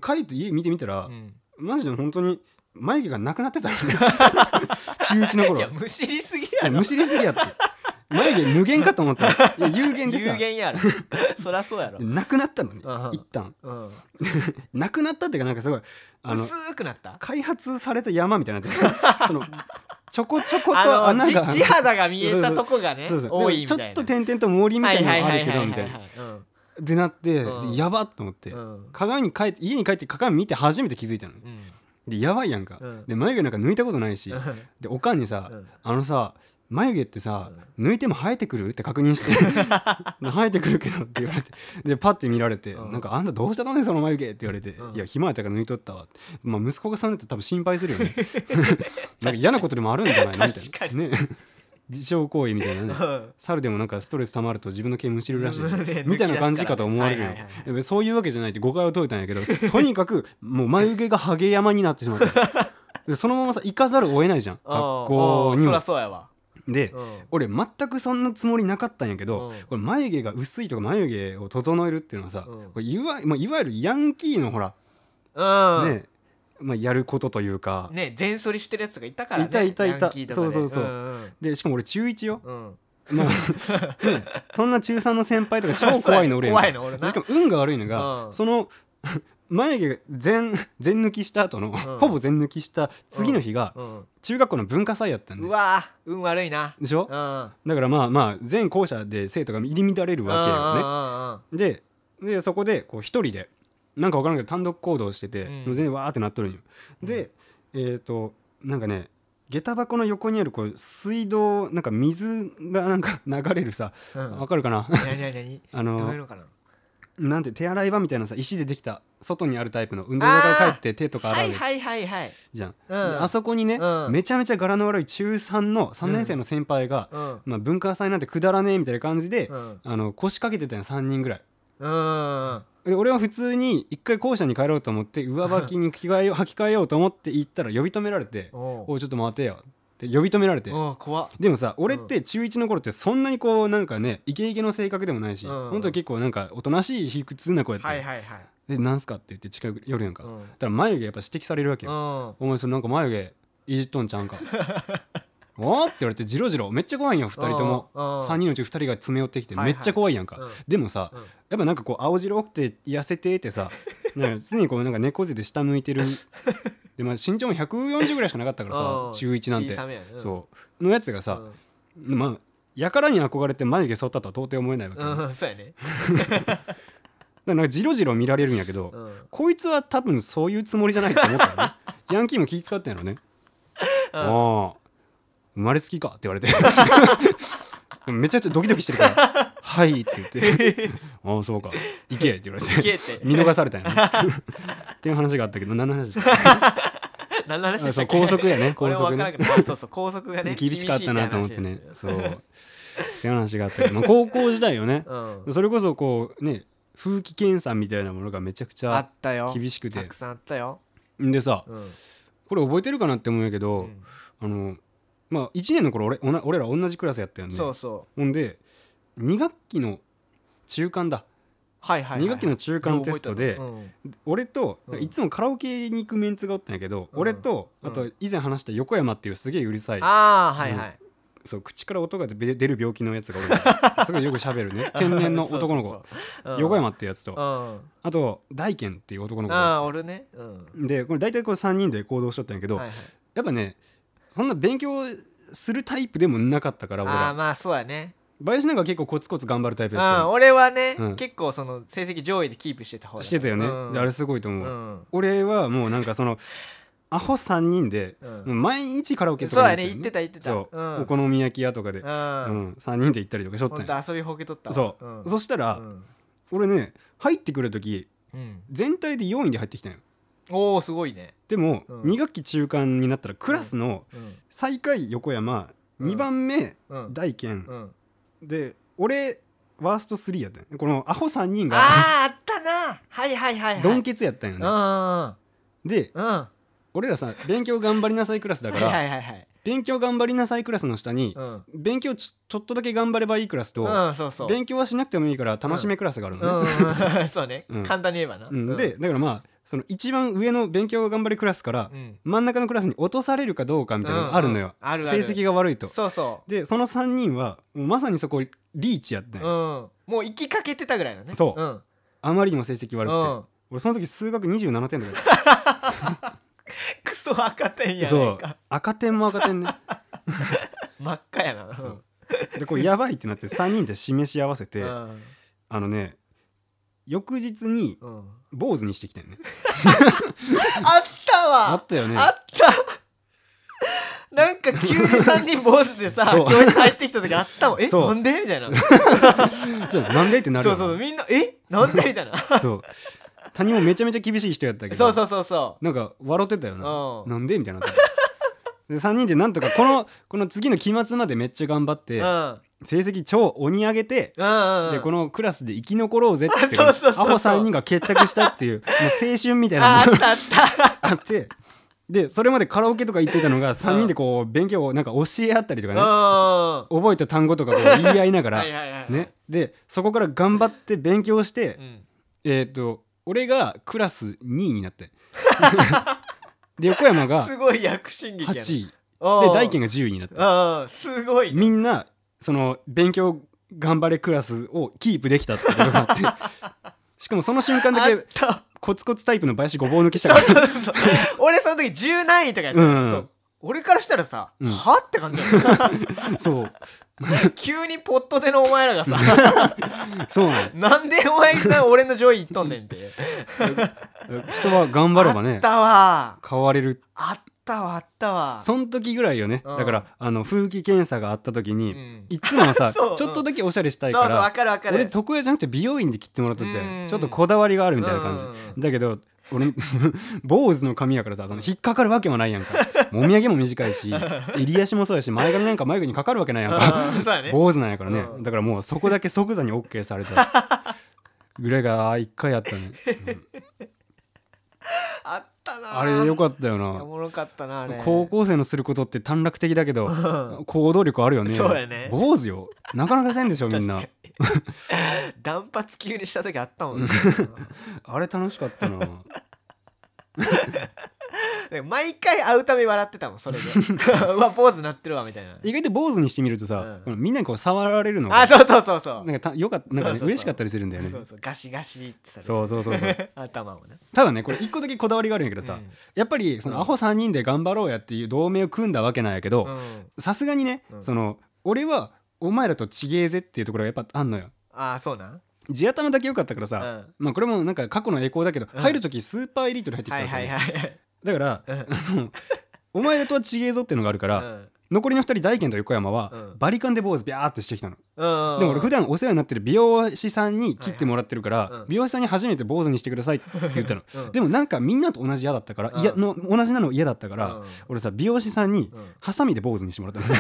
帰って家見てみたら
う、ん
マジで本当に眉毛がなくなって たのね中1の
い
頃
や
い
むしりすぎや
や
ろ
むしりすぎやって眉毛無限かと思ったらいや有限でさ
有限やろそりゃそうやろ
なくなったのね
うんうん
一旦
うん
なくなったっていうかなんかすごいあの
薄くなった
開発された山みたいになっ てるそのちょこちょこと
あの
穴
じ
が
地肌が見えたとこがね
そうそう
多いみ
ち
た
ょ
い
っ
な
と点々と森みたいなのがあるけどみたいな
はいはいはいはいはい
ってなって、
うん
でやばっと思って、
うんうん
鏡に帰って家に帰って鏡見て初めて気づいたの
うん
でやばいやんか、
うん
で眉毛なんか抜いたことないし、でおかんにさ、
うん
あのさ眉毛ってさ、抜いても生えてくるって確 認して生えてくるけどって言われてでパッて見られて、
うん
なんかあんたどうしたのねその眉毛って言われて、
うん
いや暇やったから抜いとったわって、まあ、息子がさんだって多分心配するよ ねなんか嫌なことでもあるんじゃないのみたいな
確かに
ね自傷行為みたいなね
うん
猿でもなんかストレス溜まると自分の毛むしるらしいし
ね
みたいな感じかと思われるよ、
はいはいはいはい
でもそういうわけじゃないって誤解を解いたんやけど とにかくもう眉毛がハゲ山になってしまった でそのままさ行かざるを得ないじゃん学校
うんそ
に
り
も
ゃそうやわ
で
うん
俺全くそんなつもりなかったんやけど
うん
これ眉毛が薄いとか眉毛を整えるっていうのはさ
うん
これいわまあいわゆるヤンキーのほら
うん
ねまあやることというか
ね全剃りしてるやつがいたからね
いたいたいた
ヤンキーとか
そ
で
うそうそうんでしかも俺中1よ
うんうん
まあねそんな中3の先輩とか 超怖いの俺やんか
怖いの俺な
しかも運が悪いのが、
うん
その 眉毛が全全抜きした後の、
ん
ほぼ全抜きした次の日が
うん
中学校の文化祭やったんで、
うわー運悪いな
でしょ、
うん
だからまあまあ全校舎で生徒が入り乱れるわ
わ
けよねででそこでこう一人でなんか分からんけど単独行動してて、
うん
もう全然わーってなっとるんよで、えっ、となんかね下駄箱の横にあるこう水道なんか水がなんか流れるさ
けよねうんうん
わかるかな
何何何
あ
どうい
の
うのかな
なんて手洗い場みたいなさ石でできた外にあるタイプの運動場から帰って手とか
は
洗
いうはいはいはい
じゃん、
うん
であそこにね、
うん
めちゃめちゃ柄の悪い中3の3年生の先輩が、
うん
まあ、文化祭なんてくだらねえみたいな感じで、
うん
あの腰掛けてたよ3人ぐらい
うん
で俺は普通に一回校舎に帰ろうと思って上履きに着替え よう履き替えようと思って行ったら呼び止められて「
お
おいちょっと待てよ」って呼び止められて
おお怖っ
でもさ俺って中1の頃ってそんなにこうなんかねイケイケの性格でもないし、
うん
本当に結構なんかおとなしい卑屈な子やった
は
よ、
いはいはい
でなんすかって言って近寄るやんか、
う
だ
ん
から眉毛やっぱ指摘されるわけ
う
よ、
ん
お前それなんか眉毛いじっとんちゃうんか おーって言われてジロジロめっちゃ怖いんよ2人とも
も
3人のうち2人が詰め寄ってきて
はいは
め
い
っちゃ怖いやんか、
うん
でもさ、
うん
やっぱなんかこう青白くて痩せてっ てさなんか常にこうなんか猫背で下向いてるで、まあ、身長も140ぐらいしかなかったからさ中1なんて、そうのやつがさ、まあやからに憧れて眉毛剃ったとは到底思えないわけ、
う
だか
んうんそうやね
らなんかジロジロ見られるんやけど、
うん
こいつは多分そういうつもりじゃないと思ったよね ヤンキーも気遣ったんやろね、ああ生まれつきかって言われ てめちゃくちゃドキドキしてるから「 はい」って言って「ああそうか行け」って言われ
消
て
えて
見逃されたんやねっていう話があったけど何の話だっ
何の話
た
でした
あそう
っけ
高速やね 高
俺も
速
分から
ね
なくてあそうそう高速がね
厳しかったなと思ってね
厳しい
そうっていう話があったけど、まあ、高校時代よね
話なんですようん
それこそこうね風紀検査みたいなものがめちゃくち
あっ
ゃ
たよ
厳しく
た
て
くさんあったよ
んでさ
うん
これ覚えてるかなって思うんやけど、
うん
あのまあ1年の頃俺おな俺ら同じクラスやったよね
そうそう
ほんで2学期の中間だ、
はいはいはい
2学期の中間テスト
よう
で、
覚えて
俺と、
うん
いつもカラオケに行くメンツがおったんやけど、
うん
俺と
うん
あと以前話した横山っていうすげえうるさい、
るああはいはい
そう口から音が出出る病気のやつがおるん だよすごいよく喋 るね天然の男の子
そうそうそううん
横山っていうやつと、
うん
あと大賢っていう男の子
あ
が
あ俺ねうん
でこれ大体これ3人で行動しとったんやけど、
はいはい
やっぱねそんな勉強するタイプでもなかったから俺
ああ
ら
まあそうやね
林なんか結構コツコツ頑張るタイプ
うん
だっ
俺はね
うん
結構その成績上位でキープしてた方
た
だ
してたよね、
うん
であれすごいと思う、
うん
俺はもうなんかそのアホ3人で、
うん
もう毎日カラオケと
そう
か
やね言ってた言ってた
そう、
うん
お好み焼き屋とかで、
う
うん
ん
3人で行ったりとかしょっ
ほ
た
ん
んや
と遊びほうけとったわ
そう、
ん
そしたら、
うん
俺ね入ってくる時
うん
全体で4位で入ってきたんよ
おおすごいね
でも、
うん
2学期中間になったらクラスの
うん
最下位横山、
うん
2番目
うん
大賢、
うん
で俺ワースト3やったんよこのアホ3人が
あーあったなはいはいはいはい
ドンケツやったんよ
うんう
ね
ん
で
うんうん
俺らさ勉強頑張りなさいクラスだから、
はいはいはいはい
勉強頑張りなさいクラスの下に、
うん
勉強ちょちょっとだけ頑張ればいいクラス
う
と、
んそうそう
勉強はしなくてもいいから楽しめクラスがある
う
のね、
ん そうね
うん
簡単に言えばな
うんでだからまあその一番上の勉強頑張れクラスから、
うん
真ん中のクラスに落とされるかどうかみたいなのがあるの
うんう
よ
ん、あるある
成績が悪いと
そうそ
でその3人はもうまさにそこリーチやった
ううん
よ、
んもう行きかけてたぐらいのね
そう
うん
あまりにも成績悪くて、
うん
俺その時数学27点だよ
クソ赤点やな
そ
いうか
赤点も赤点ね
真っ赤やな
そう
う
でこうやばいってなって3人で示し合わせて、
ん
あのね翌日に
うん
坊主にしてきたよね
あった
あ
わ
ったよね
あったなんか急に3人坊主でさ
そう
教室入ってきた時あったもんえ
そう
なんでみたいな
そうなんでってなる
そう
よ
そ
な
うみんなえなんでみた いな
そう他人もめちゃめちゃ厳しい人やったけど
そうそうそうそ
なんか笑ってたよ
う
な、
うん
なんでみたいになってで3人でなんとかこのこの次の期末までめっちゃ頑張って、
うん
成績超鬼上げて、
うんうん
でこ
の
のクラスで生き残ろうぜって
そうそうそうそう
アホ3人が結託したっていうもう青春みたい
あ
な
あ
の
っ
が
たあった
あってでそれまでカラオケとか行ってたのが3人でこう勉強をなんか教え合ったりとか
う
ね、
ん
覚えた単語とかこう言い合いながら、
はいはいはい
ね、でそこから頑張って勉強して、
うん
えーっと俺がクラス2位になって で横山が
すごい躍進劇やな
8位で
で
大賢
が
が10位になって
ああすごいね
みんなその勉強頑張れクラスをキープできたっていうのがあって しかもその瞬間だ
あっ
け
た
コツコツタイプの林ごぼう抜 きしたから
そうそう俺その時10何位とかやった、
うんうん
そう俺からしたらさ、
うん
はって感じだった
そう
急にポットでのお前らがさ
そうな
なんでお前が俺の上位いっとんねんって
の人は頑張れば
あ
ね
ったわ
変われる
あったわあったわ
その時ぐらいよね
うん
だからあの風紀検査があった時
う
に、
ん
いつもはさち
そうう
ょ
ん
っとだけおしゃれした
そう
い
そ
か
うわ
ら
かるわかる
俺床屋じゃなくて美容院で切ってもらっとっ
うん
てちょっとこだわりがあるみたいな感じ
うん
だけど俺 坊主の髪やからさその引っかかるわけもない やんかもみあげも短いし襟足もそうやし前髪なんか眉毛にかかるわけないやんか
うんそうやね
坊主なんやからね
うん
だからもうそこだけ即座に OK されたぐらいが一回あったねうん
あったな
あれよ
か
かったよ
おもろかったなあれ
な高校生のすることって短絡的だけ ど
うん
行動力あるよね
そうやね
坊主よなかなかせんでしょみんな
確かに断髪急にした時あったもんね
あれ楽しかったな
で 毎回会うたび笑ってたもんそれ でうわ坊主なってるわみたいな
意外と坊主にしてみるとさ
う
みんなにこう触られるのが
あそうそうそうそう
なんかたよかったなんか
そうそう
ね
そう
嬉しかったりするんだよね
そうそうガシガシってされて
そうそうそうそう
頭をね
ただねこれ一個だけこだわりがあるんやけどさ、やっぱりそのアホ3人で頑張ろうやっていう同盟を組んだわけなんやけ
う
ど
ん
さすがにね、
うん
その俺はお前らとちげえぜっていうところがやっぱあんのよ
ああそうなん
地頭だけ良かったから
う
さ、
ん
まあこれもなんか過去の栄光だけど、
うん
入る時スーパーエリートで入ってきた
は
わ
い
け、
はいはい
だから
うん
あのお前らとはちげえぞっていうのがあるから、
うん
残りの2人大賢と横山
う
は
ん
バリカンで坊主ビャーってしてきたの、
うん
でも俺普段お世話になってる美容師さんに切ってもらってるから、
いはいうん
美容師さんに初めて坊主にしてくださいって言ったの
うん
でもなんかみんなと同じ嫌だったから、
うん
いやの同じなの嫌だったから、
うん
俺さ美容師さんに
うん
ハサミで坊主にしてもらったの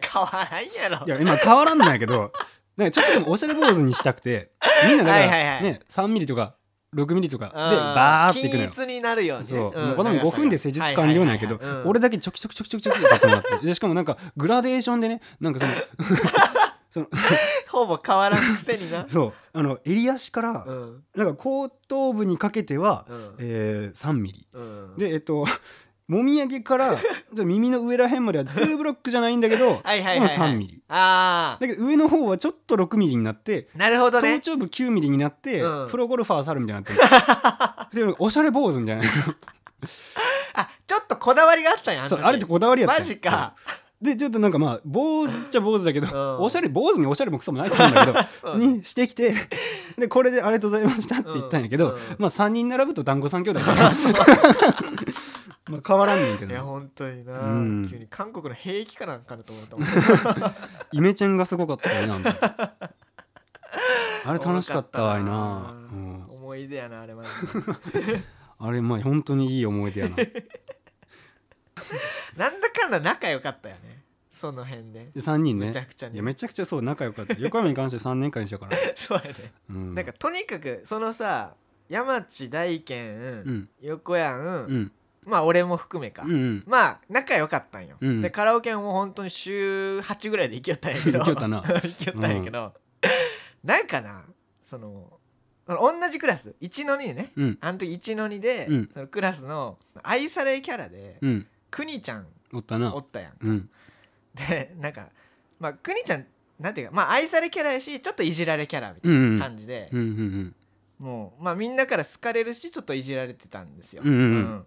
変わらんやろ
いや今変わらんないけどなんかちょっとでもおしゃれ坊主にしたくてみんなだから、
はいはいはい
ね、3ミリとか6ミリとかで
うん
バーっていくのよ。
均一になるようにね
そう、
ん
もうこの5分で施術完了なんやけど
はいはいはいはいうん
俺だけちょきちょきちょきちょきちょきってなってでしかもなんかグラデーションでねなんかそのその
ほぼ変わらんくせにな
そうあの襟足から
うん
なんか後頭部にかけては、
うん
えー、3ミリ
うん
でえっと もみあげ からじゃあ耳の上らへんまでは2ブロックじゃないんだけど
はいはいはい
で
はい
も3ミリ
ああ
だけど上の方はちょっと6ミリになって
なるほど
頭
ね
頂部9ミリになって、
うん
プロゴルファー猿みたいにな ってるでおしゃれ坊主みたいな
あちょっとこだわりがあったんやん
そう
時
あれってこだわりやった
マジか
でちょっとなんかまあ坊主っちゃ坊主だけど、
うん
おしゃれ坊主におしゃれもクソもないと思うんだけど
そうね
にしてきてでこれで「ありがとうございました」って言ったんやけど、
うんうん
まあ3人並ぶと団子3兄弟だから まあ変わらんねんけ
いや
ど
本当にな
うん
急に韓国の兵役かなんかだと思ったもん
イメチェンがすごかったよなあんた あれ楽しかったわいな
多かったな
うん
思い出やなあれマジ
あれまあ本当にいい思い出やなで
でなんだかんだ仲良かったよねその辺で
3人ね
めちゃくちゃ
いや
ね
めちゃくちゃそう仲良かった横山に関して3年間にしたから、
そうやね
うん、
なんかとにかくそのさ山地大賢、
うん
横やん、
うん
まあ俺も含めか、
うんうん
まあ仲良かったんよ、
うん
でカラオケも本当に週8ぐらいで行きよったんやけど
行きよったな
行きよったんやけど、なんかなそのその同じクラス1の2ね
うん
あの時1の2で、
うん
そのクラスの愛されキャラで、
うん
くにちゃん
おったな
おったやん
うん
でなんかまあくにちゃんなんていうかまあ愛されキャラやしちょっといじられキャラみた
うんうんう
い
ん
な感じで、
うんうん
もうまあみんなから好かれるしちょっといじられてたんですよ。
うんうんうん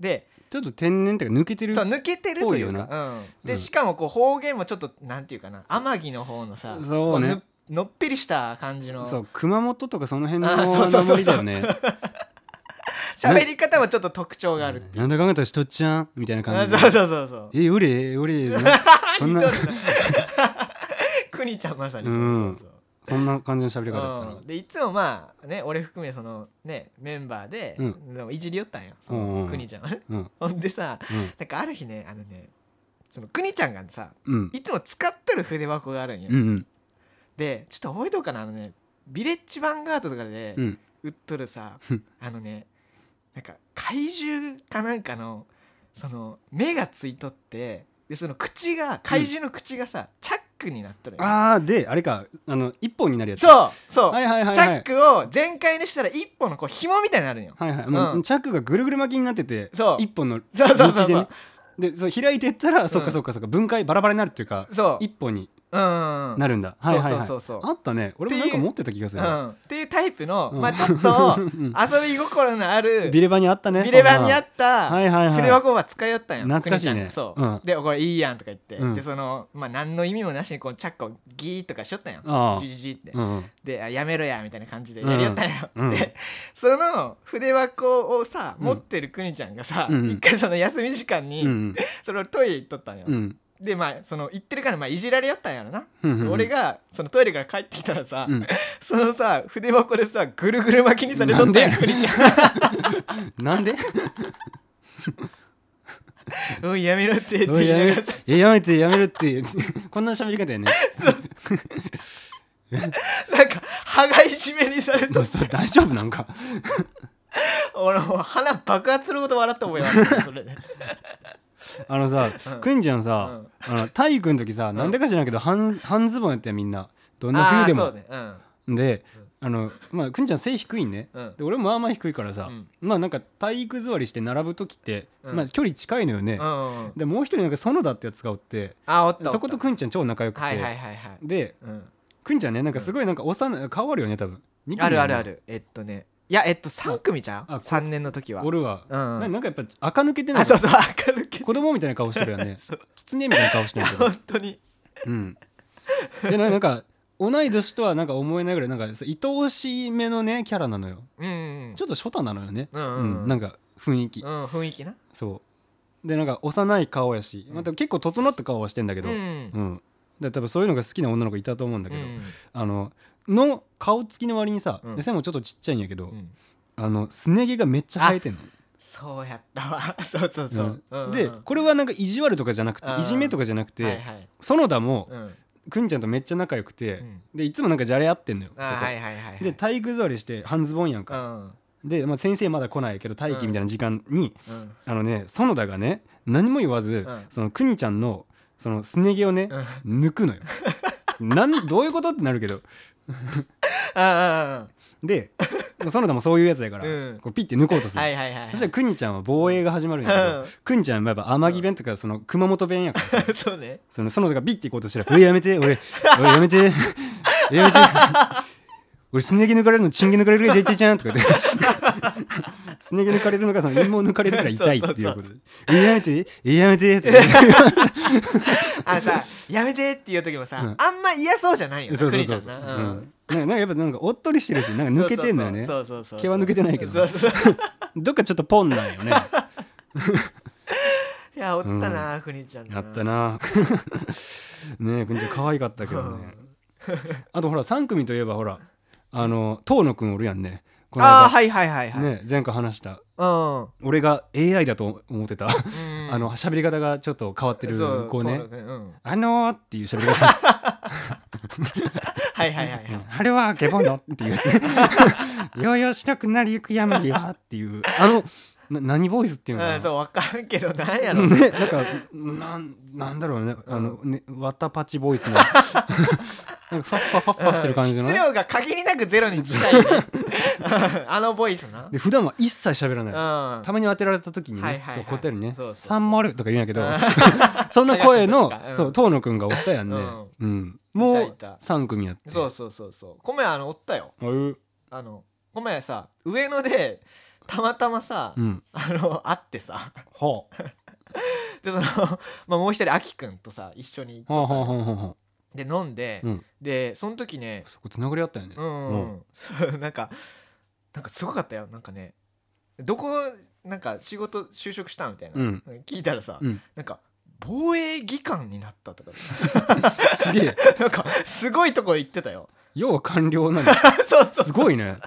で
ちょっと天然っていうか抜けてる
そう抜けてるという
ぽい
か
よ
うん、
う
で
ん
しかもこう方言もちょっとなんていうかな天城の方のさ
そうね
こぬのっぺりした感じの
そう熊本とかその辺の
あそうそうそうそう
名りだよね
喋り方もちょっと特徴があるっていう
なんだかんだしとっちゃんみたいな
あ
感じ
そ
で
うそうそうそう
えうれ うれそんな
似とるなくにちゃんまさにそうそうそう
そんな感じの喋り方だった
う
なん
でいつもまあね俺含めそのねメンバーで,、
う
でもいじりよったんよそ
うんうんう
の
ん
くにちゃんはね
うん
ほんでさ
うん
なんかある日ねあのねそのくにちゃんがさ
うん
いつも使ってる筆箱があるんよ、
うんうん
でちょっと覚えとうかなあのねビレッジヴァンガードとかで
うん
売っとるさ、
うん
あのねなんか怪獣かなんかのその目がついとってでその口が怪獣の口がさ、チャックになっとるよ
ああであれかあの一本になるやつ
そうそう、
はいはいはい
チ
は
ャッ
い
クを全開にしたら一本のこう紐みたいになるんよ、
はいはいもう
うん
チャックがぐるぐる巻きになってて
そう
一本の
そうそうそうそう
道でねでそう開いてったらそっかそっかそっか分解バラバラになるっていうか
そう
一本に
うんうんうん
なるんだ
そ
はいうはい
そう
はい
そうそう
あったね俺もなんか持ってた気がす
う
る
ん、っていうタイプの、
うん
まあちょっと
うん
遊び心のある
ビレバにあったね
ビレバンにあ
た
った、
はいはいはい
筆箱は使いよったんよ
懐かしいね
国ちゃんがそう、
うん
でこれいいやんとか言って、
うん
でそのまあ何の意味もなしにこのチャックをギーとかしよったんよ
ああ
ジジジって、
うんうん
であやめろやみたいな感じでやりよったんよ、
うん
でその筆箱をさ
うん
持ってる国ちゃんがさ、
うん
一回その休み時間
う
に
ん
それをトイレ行っとったんよ、
うん
でまあその行ってるからまあいじられよったんやろな、
うん
俺がそのトイレから帰ってきたらさ、
うん
そのさ筆箱でさぐるぐる巻きにされとったん
な
よ
んで
国ちゃ
なんで
んおいやめろってって
お
言
い
いなが
やめ
ら
るえやめてやめるって こんな喋り方やね
なんか歯がいじめにされ
も
と
う
っ
それ大丈夫なんか
俺もう鼻爆発するほど笑った覚えがあるんだよそれで
あのさ
うん
くんちゃんさあの体育の時さなんでか知らんけど半半ズボンやったよみんなどんな
あ
冬
あ
で
そ
も
うねうん
であのまあくんちゃん背低いんね
うん
で俺もまあまあ低いからさ
うん
まあなんか体育座りして並ぶ時って
うん
まあ距離近いのよね
うんうん
でもう一人なんか園田ってやつがおって
あおったおった
そことくんちゃん超仲良く
はいはい
て
はいはい
で
うん
くんちゃんねなんかすごいなんか幼い顔あるよね多分二組
あるあ
な
る
の
あるえっとねいやえっと3組じゃ
あ
ん
こ
3年の時は
俺は
うん
ななんかやっぱ垢抜けてない
あそうそう明るけ
子供みたいな顔してるよ ね狐みたいな顔してるけど
本当に
うんでななんか同い年とはなんか思えないぐらいなんかそう愛おしめのねキャラなのよ
うんうん
ちょっと初太なのよね
うんうんうん
なんか雰囲気
うん雰囲気な
そうでなんか幼い顔やし、また結構整った顔はしてんだけど、
う
うん
ん
で多分そういうのが好きな女の子いたと思うんだけど、
うん
あのの顔つきの割にさ、
うん
で背もちょっとちっちゃいんやけど、
うん
あのすね毛がめっちゃ生えてんの。
そうやったわ そうそうそう、
うん
うん
でこれはなんか意地悪とかじゃなくて
うん
いじめとかじゃなくて、
はいはい
園田も
うん
くんちゃんとめっちゃ仲良くて、
うん
でいつもなんかじゃれ合ってんのよ。
あ
そ
ー
こ
はいはいはいはい
で体育座りして半ズボンやん
う
か、
ん
で、まあ、先生まだ来ないけど待機みたいな時間に、
うん
あのね園田がね何も言わず、
うん
そのくにちゃんのそのすね毛をね、
うん
抜く のよ。なんどういうことってなるけど
あ
で園田もそういうやつやから、
うん
こうピッて抜こうとす
ー
る、
はいはいはい
そしたらくにちゃんは防衛が始まるんやけど、
うん
くにちゃんはやっぱ天城弁とかその熊本弁やからさ
そうね
その園田がビッて行こうとしたら「おいやめておいおいやめておいやめて俺すね毛抜かれるのチン毛抜かれるよジェイジェイちゃん」とか言ってすね毛抜かれるのがその陰謀抜かれるから痛いっていうことで「おいやめておいやめて」って言って
あのさ「やめて」っていう時もさ、
うん
あんま嫌そうじゃないよね
そうそう
栗ち
そ
ゃ
うんそう、
な
う
うん
んなんかなんかやっぱなんかおっとりしてるしなんか抜けてんのよね
そうそうそうそう
毛は抜けてないけど
そうそうそう
どっかちょっとポンなんよね
いやおったなふにちゃんな
やったな ねえくんちゃん可愛かったけどねあとほら3組といえばほらあの遠野くんおるやんねこの間
あーはいはいはいはい、
ね前回話した
うん
俺が AI だと思ってた、
うん
あの喋り方がちょっと変わってる
そう
子ね
登録うん
「あのー」っていう喋り 方
はいはいはいはい、
「あれはゲボの」っていうやつ 「よよしなくなりゆくやまりは」っていうあのな何ボイスっていうのかな
うん、そう分からんけどなんやろ、
ね、なんかなんなんだろうねあのねわたパチボイスの なんかファッファッファッファしてる感じの
質
ね
量が限りなくゼロに近い、 ね、あのボイスな
で普段は一切喋らない
うん
たまに当てられた時に
はい
ね
はいは
そ
いう
答えるね
そうそう
「
そう
サンマル」とか言うんやけどそんな声の
早くとかうん
そう遠野くんがおったやんねうんも
いたいうた
3組やって
そうそうそうそう米あのおったよ
おう
あの米さ上野でたまたまさ、
うん
あの会ってさ
ほう
でその、まあ、もう一人あきくんとさ一緒に行っ
ほ
と
うほ
った
うほ
の
うほうほ
で飲んで、
ううん
でその時ね
そこつながりあったよね
うん、
う
そうなんかなんかすごかったよなんかねどこなんか仕事就職したみたいな、
うん
聞いたらさ、
うん
なんか防衛技官になったとか
すげえ
なんかすごいとこ行ってた よ
要完了なの
そうそう
すごいね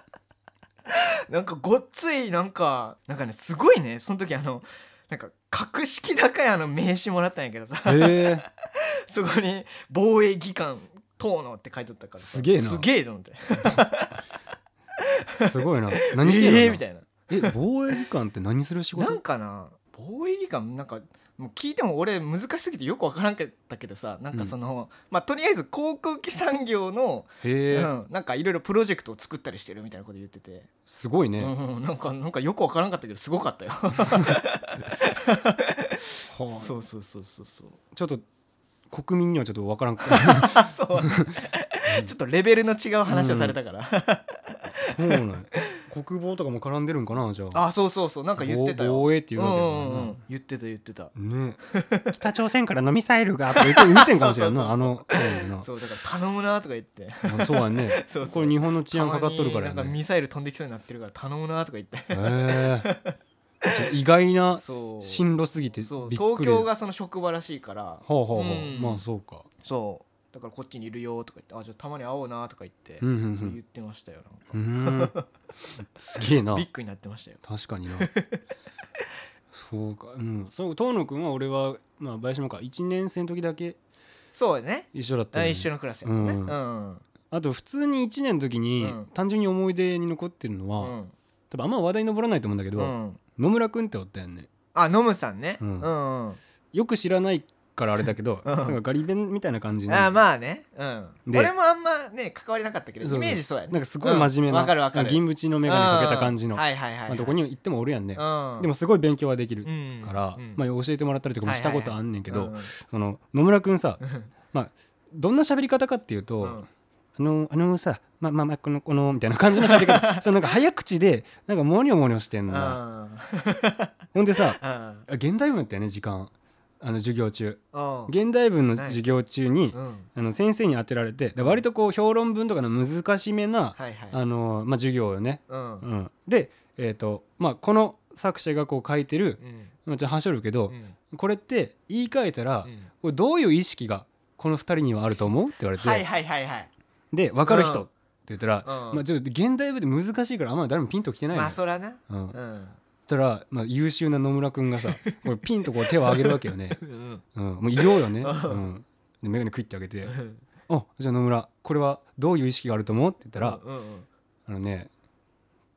なんかごっついなんかなんかねすごいねその時あのなんか格式高いあの名刺もらったんやけどさ
へえ
そこに「防衛技官遠野」って書いてあったからさ
すげえな
すげえと思って
すごいな
「
何してんの
ええ」みたいな
え防衛技官って何する仕
なん
事
かな防衛技官なんかもう聞いても俺難しすぎてよくわからんかったけどさなんかその、まあとりあえず航空機産業の、
へえ
うん、なんかいろいろプロジェクトを作ったりしてるみたいなこと言ってて、
すごいうね
んうん、なんかなんかよくわからんかったけどすごかったよ
はあ
そうそうそうそうそう
ちょっと国民にはちょっと分からん
あそうちょっとレベルの違う話をされたから、
そうなん国防とかも絡んでるんかなじゃあ
あそうそうそうなんか言ってたよ
防防衛っていう
う
わけだも
んうんんう
なん
言ってた言ってた
ね北朝鮮からのミサイルがとか言って言ってんかもしれんな
そ
あ
うそう
のそ
そうだから頼むなとか言って
うやんなそうやんね
そうそう
これ日本の治安かかっとるか
たま
ら
にな
や
んか
ね
ミサイル飛んできそうになってるから頼むなとか言って
へえじゃあ意外な
そう
進路すぎてびっ
そう
くり
東京がその職場らしいから
ほうほうほ
うん
うまあそうか
そうだからこっちにいるよとか言ってあじゃあたまに会おうなとか言って、
うんう
そう言
ん
ってましたよなん
う
か、
んうーんすげえな
ビッグになってましたよ
確かになそうかうんそう遠野君は俺はまあ林もか1年生の時だけ
そうね
一緒だった
あ
よね
一緒のクラスやったねう
う
ん
ん
うん
あと普通に1年の時
う
に
ん
単純に思い出に残ってるの
う
は、
ん、
多分あんま話題に上らないと思うんだけど、野村君っておったよね
あノムさんねう
うんん
うん、
よく知らないからあれだけど、
うん
なんかガリ弁みたいな感じの
あまあねうん
で
俺もあんまね関わりなかったけ
そう
ど
そう
イメージそうやね
なんかすごい真面
う
目
んわかるわ
な
かる
銀縁の眼鏡かけた感じの、
うんはいはいはい、はい
まあ、どこに行ってもおるやんね、
うん
でもすごい勉強はできるか
うん
ら、
うん
まあ、教えてもらったりとかもしたことあんねんけ
う
ど、
ん
その野村君さ
うん
どんな喋り方かっていうと、
うん
あのあのさまあまあまあこのこのみたいな感じの喋り 方そのなんか早口でなんかモニョモニョしてんのなほんでさ
うん
あ現代文やったよね時間あの授業中
うん
現代文の授業中に、
うん
あの先生に当てられてで割とこう評論文とかの難しめな、
はいはい
あのまあ、授業よね、
うん
うん、で、えーとまあ、この作者がこう書いてる
うん
まあちょっと話しとるけど
う、ん
これって言い換えたら、
うん
これどういう意識がこの2人にはあると思うって言われて、
はいはいはいはい
で分かる
うん
人って言ったら、
うん
まあ、ちょっと現代文で難しいからあんまり誰もピンときてないの
まあ
よ
そらな
うん
う
そ
ん
したら、まあ、優秀な野村君がさこれピンとこう手を上げるわけよね、
うん
うん、もういようよね、
う
うんん、で眼鏡食いってあげて「あじゃあ野村これはどういう意識があると思う?」って言ったら、
うんうん
あのね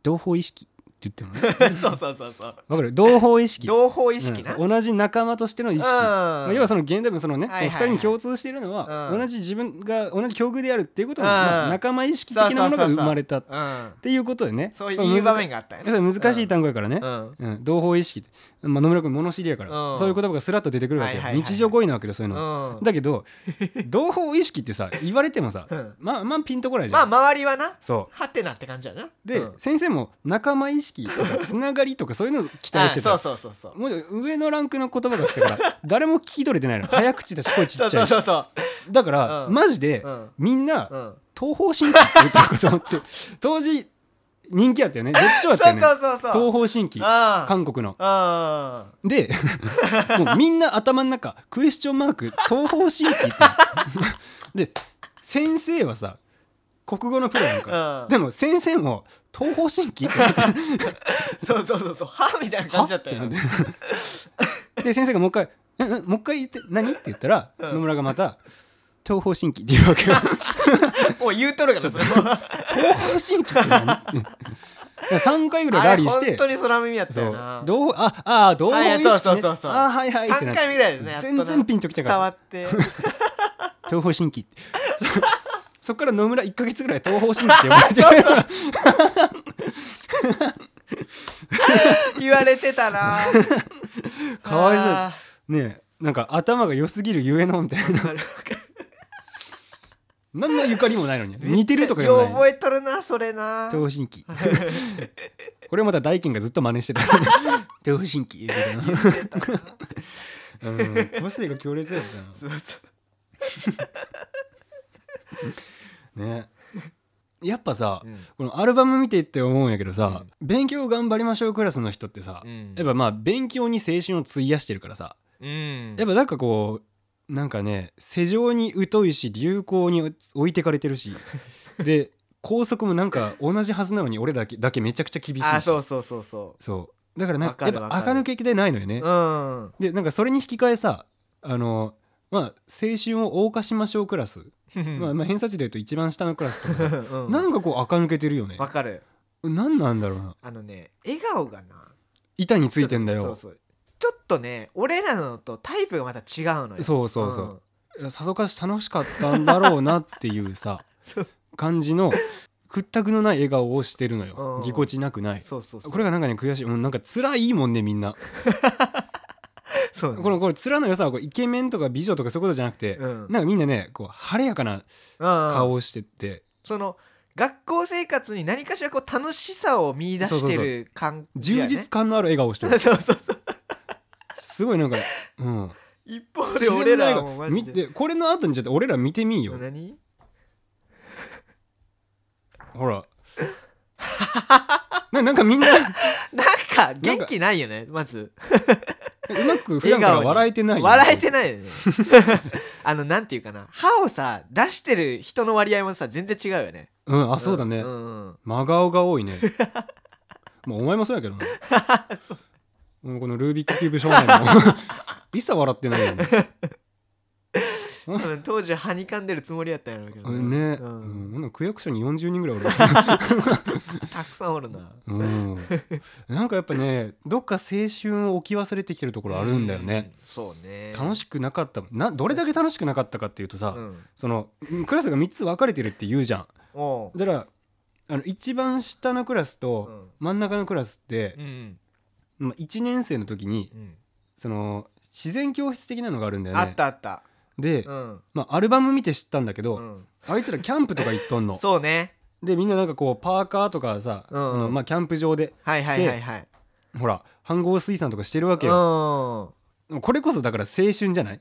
同胞意識って言ってるのね
うんそうそうそうそう
わかる同胞意識
同胞意識
う
なん
そう同じ仲間としての意識、まあ要はその現代文そのね、
はいはいはい
お二人に共通しているのは、
うん
同じ自分が同じ境遇であるっていうことの、
うん
まあ仲間意識的なも
そ
のが
うそうそうそう
生まれたっ
うん
ていうことでね
そういう場面があったよ
まあ
ね
難しいそれ難しい単語やからね、
うん
うん同胞意識って、まあ、野村君物知りやから、
うん
そういう言葉がスラッと出てくるわけよ、
はいはいはいはい
日常語彙なわけでそういううの、
ん
だけ ど同胞意識ってさ言われてもさ
うん
まあまあピンとこないじ
まあ
ゃん、
周りはな
そ
はてなって感じやな
うで、
うん
先生も仲間意識とかつながりとかそういうのを期待してた
あそうそうそうそう
もう上のランクの言葉が来たから 誰も聞き取れてないの早口だし声ち
そ
っ
う
ちゃ
そう
いし
そうそう
だから、
うん
マジで、
うん
みんな、
うん
東方神起って言ったのかと思って当時人気あったよね絶頂あった
そう
よね
そうそうそう
東方神起
ああ
韓国の
ああ
で もうみんな頭の中クエスチョンマーク東方神起ってで先生はさ国語のプロなんか、
うん
でも先生も東方神起って
そうそうそうそうはみたいな感じだったよ
はってなって で先生がもう一回「うんうんもう一回言って何?」って言ったら、
うん
野村がまた「東方神起」っていうわけよ
もう言うとるからそれも
東方神起って何3 回ぐらいラリーし
あれ本
て
当に空耳やった
そ
よ
う
な
どうああ同
はいは
胞意
い
識、ね、
そうそうそうそう
あはいはいってな
3
っ
回
て
目ぐらいですね
全然ピンときてな
伝
か
わ
っ
って
た東方神起ってそう そっから野村1か月ぐらい東方神起って呼ばれて
言われてたな
かわいそう
あ
ねえなんか頭が良すぎるゆえのみたい
ー
な
わかるわかる
何のゆかりもないのに似てるとか
めっ
言
ちゃ
わ
よ
な
う
い
覚えとるなそれな
東方 神起これまた大金がずっと真似してた東方神起
言ってたな
うん個性が強烈だった
そうそ
なねやっぱさ
ううん
このアルバム見てって思うんやけどさ、勉強頑張りましょうクラスの人ってさ、
うん
やっぱまあ勉強に青春を費やしてるからさ、
うん
やっぱなんかこうなんかね世情に疎いし流行に置いてかれてるしで校則もなんか同じはずなのに俺だけだけめちゃくちゃ厳しいし
あそうそうそうそ
そうだからなん
わか
やっ
る
ぱ
わかる
垢抜けでないのよね、
ううん
でなんかそれに引き換えさあのまあ青春を謳歌しましょうクラス、まあ、まあ偏差値で言うと一番下のクラスとかさ
うん
なんかこう垢抜けてるよね
わかる
何なんだろうな
あのね笑顔がな
板についてんだよ
そうそうちょっとね俺らのとタイプがまた違うのよ
そうそうそうさぞかし楽しかったんだろうなっていうさ
そう
感じの屈託のない笑顔をしてるの
う
よ
ん
ぎこちなくなんい
そうそうそう
これがなんかね悔しいもうなんか辛いもんねみんな
そうね
このこの面の良さはこうイケメンとか美女とかそういうことじゃなくて
うん
なんかみんなねこう晴れやかな
うん
顔をしてって
その学校生活に何かしらこう楽しさを見出してる感じ
充
やね
実感のある笑顔をしてる
そうそうそう
すごいなんか、 うん、
一方で俺らはもうマジ
見
で
てこれの後にちょっと俺ら見てみんよ
何
ほら ななんかみんなう
なんか元気ないよねまず
まく普段から笑えてないよね
笑えてないよね あのなんていうかな歯をさ出してる人の割合もさ全然違うよね
うんあそうだね、
んうん
真顔が多 いねまあお前もそうやけどなもうこのルービックキューブ少年 も一切笑ってないよね
多分当時はにかんでるつもりやったんやろうけど
う
なん
ね、う
うん
ん、ほんなら区役所に40人ぐらいおる、
たくさんおるな
うん、なんかやっぱねどっか青春を置き忘れてきてるところあるんだよね、
うんそうね
楽
く
しくなかったもんなどれだけ楽しくなかったかっていうとさ、
うん
そのクラスが3つ分かれてるって言うじゃん
おう
だからあの一番下のクラス
う
と
ん
真ん中のクラスって
う、ん
まあ、1年生の時に
うん
その自然教室的なのがあるんだよね
あったあった
で、
うん
まあ、アルバム見て知ったんだけど、
うん
あいつらキャンプとか行っとんの
そうね
でみんななんかこうパーカーとかさ、
うんうん
あのまあ、キャンプ場で
はいはいはいはい
ほら飯合水産とかしてるわけよ、
うん
これこそだから青春じゃない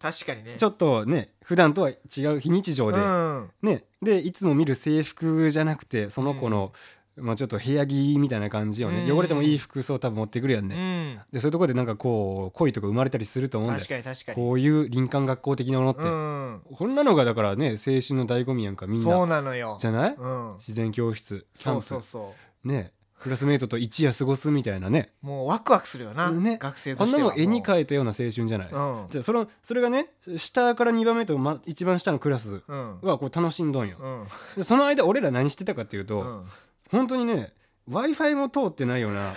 確かにね
ちょっとね普段とは違う非日常で、
うん
ね、でいつも見る制服じゃなくてその子の、まあ、ちょっと部屋着みたいな感じよね、
うん
汚れてもいい服装多分持ってくるやん
う
ね、
ん
でそういうところでなんかこう恋とか生まれたりすると思うんだよ
確かに確かに
こういう林間学校的なものって、
うん
こんなのがだからね青春の醍醐味やんかみん
そう
な
なのよ
じゃない
うん
自然教室キャン
そ
プ
うそうそ
ねクラスメートと一夜過ごすみたいなね
うもうワクワクするよな、
ね
学生
ことん
し
な
ては
もん絵に
い
描いたような青春じゃない、
うん
じゃあそのそれがね下から2番目と、ま、一番下のクラス
うん
はこう楽しんどんよ、
うん
でその間俺ら何してたかっていうと、
うん
本当にね w i f i も通ってないような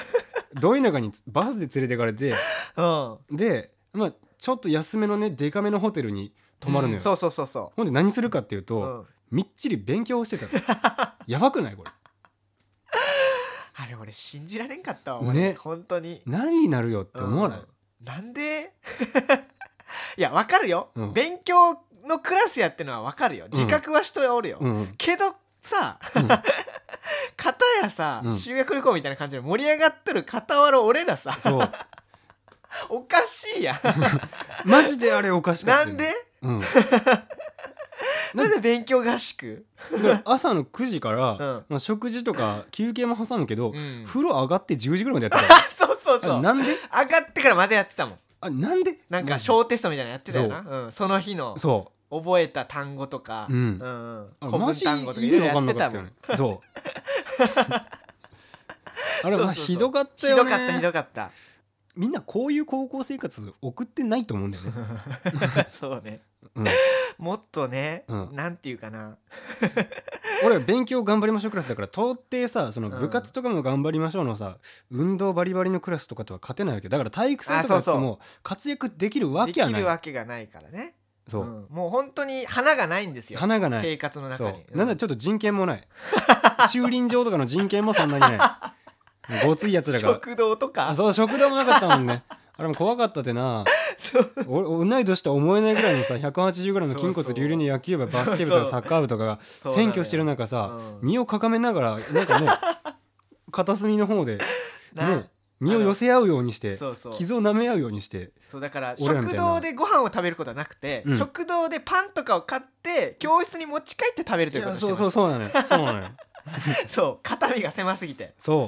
ど田舎にバスで連れてかれて
うん
で、まあ、ちょっと安めのねデカめのホテルに泊まるのよ、
うんそうそうそうそ
ほんで何するかっていう
う、
と、
うん、
みっちり勉強してたの やばくないこれ
あれ俺信じられんかったわ俺
ね
本当に
何になるよって思わない、
うんなんで いやわかるよ、
うん
勉強のクラスやってのはわかるよ自覚は人はおるよ、
うんうん
けどさ
うん
片やさ、
うん
修学旅行みたいな感じで盛り上がってる傍ら俺らさ
そう
おかしい やん
マジであれおかしか
な
ったよ
んで
うん、だ
なんで勉強合宿
から朝の9時から、
うん
まあ、食事とか休憩も挟むけど、
うん
風呂上がって10時ぐらいまでやって
あ そう そう
た
そ
あ
う
なんで
上がってからまたやってたもん
あなんで
なんか
マジで
小テストみたいなのやってたよなそ,、うん、その日の
そう
覚えた単語とか、
うん
んうん
あ
古
マ
文
ジ
単語とか
意
いろ
味
いろや
わかん
っ
な
て
か
た
った
も
よ
ん
ね そ
そう
うあれ
そうそう
はひどかった
ひど
よね
かったひどかった
みんなこういう高校生活送ってないと思うんだよ ね、
そうね
うん、
もっとね、
うん
なんていうかな
俺は勉強頑張りましょうクラスだから到底さその
うん
部活とかも頑張りましょうのさ、運動バリバリのクラスとかとは勝てないわけだから体育祭とかやって
あそうそ
も活躍できるわ
で
け
き
はない
るわけがないからね
そう、
ん、もう本当に花がないんですよ
花がない
生活の
そ
中
う
に、
なんだちょっと人権もない 駐輪場とかの人権もそんなにないごついやつらが
食堂とか
あそう食堂もなかったもんねあれも怖かったてな
そう
お同い年とは思えないぐらいのさ180ぐらいの筋
そうそ
骨
う
隆々の野球部バスケ部と
そう
かサッカー部とかが
そうなのよ
選挙してる中さ
うん
身をかかめながらなんかね片隅の方で
な
ね身を寄せ合うようにして
そうそう
傷を舐め合うようにして
そうだから
俺らみ
食
たいな
堂でご飯を食べることはなくて、
うん
食堂でパンとかを買って教室に持ち帰って食べるということをして
そう
まし
そう
た
そうなのよそうなのよ
そう肩身が狭すぎて
そう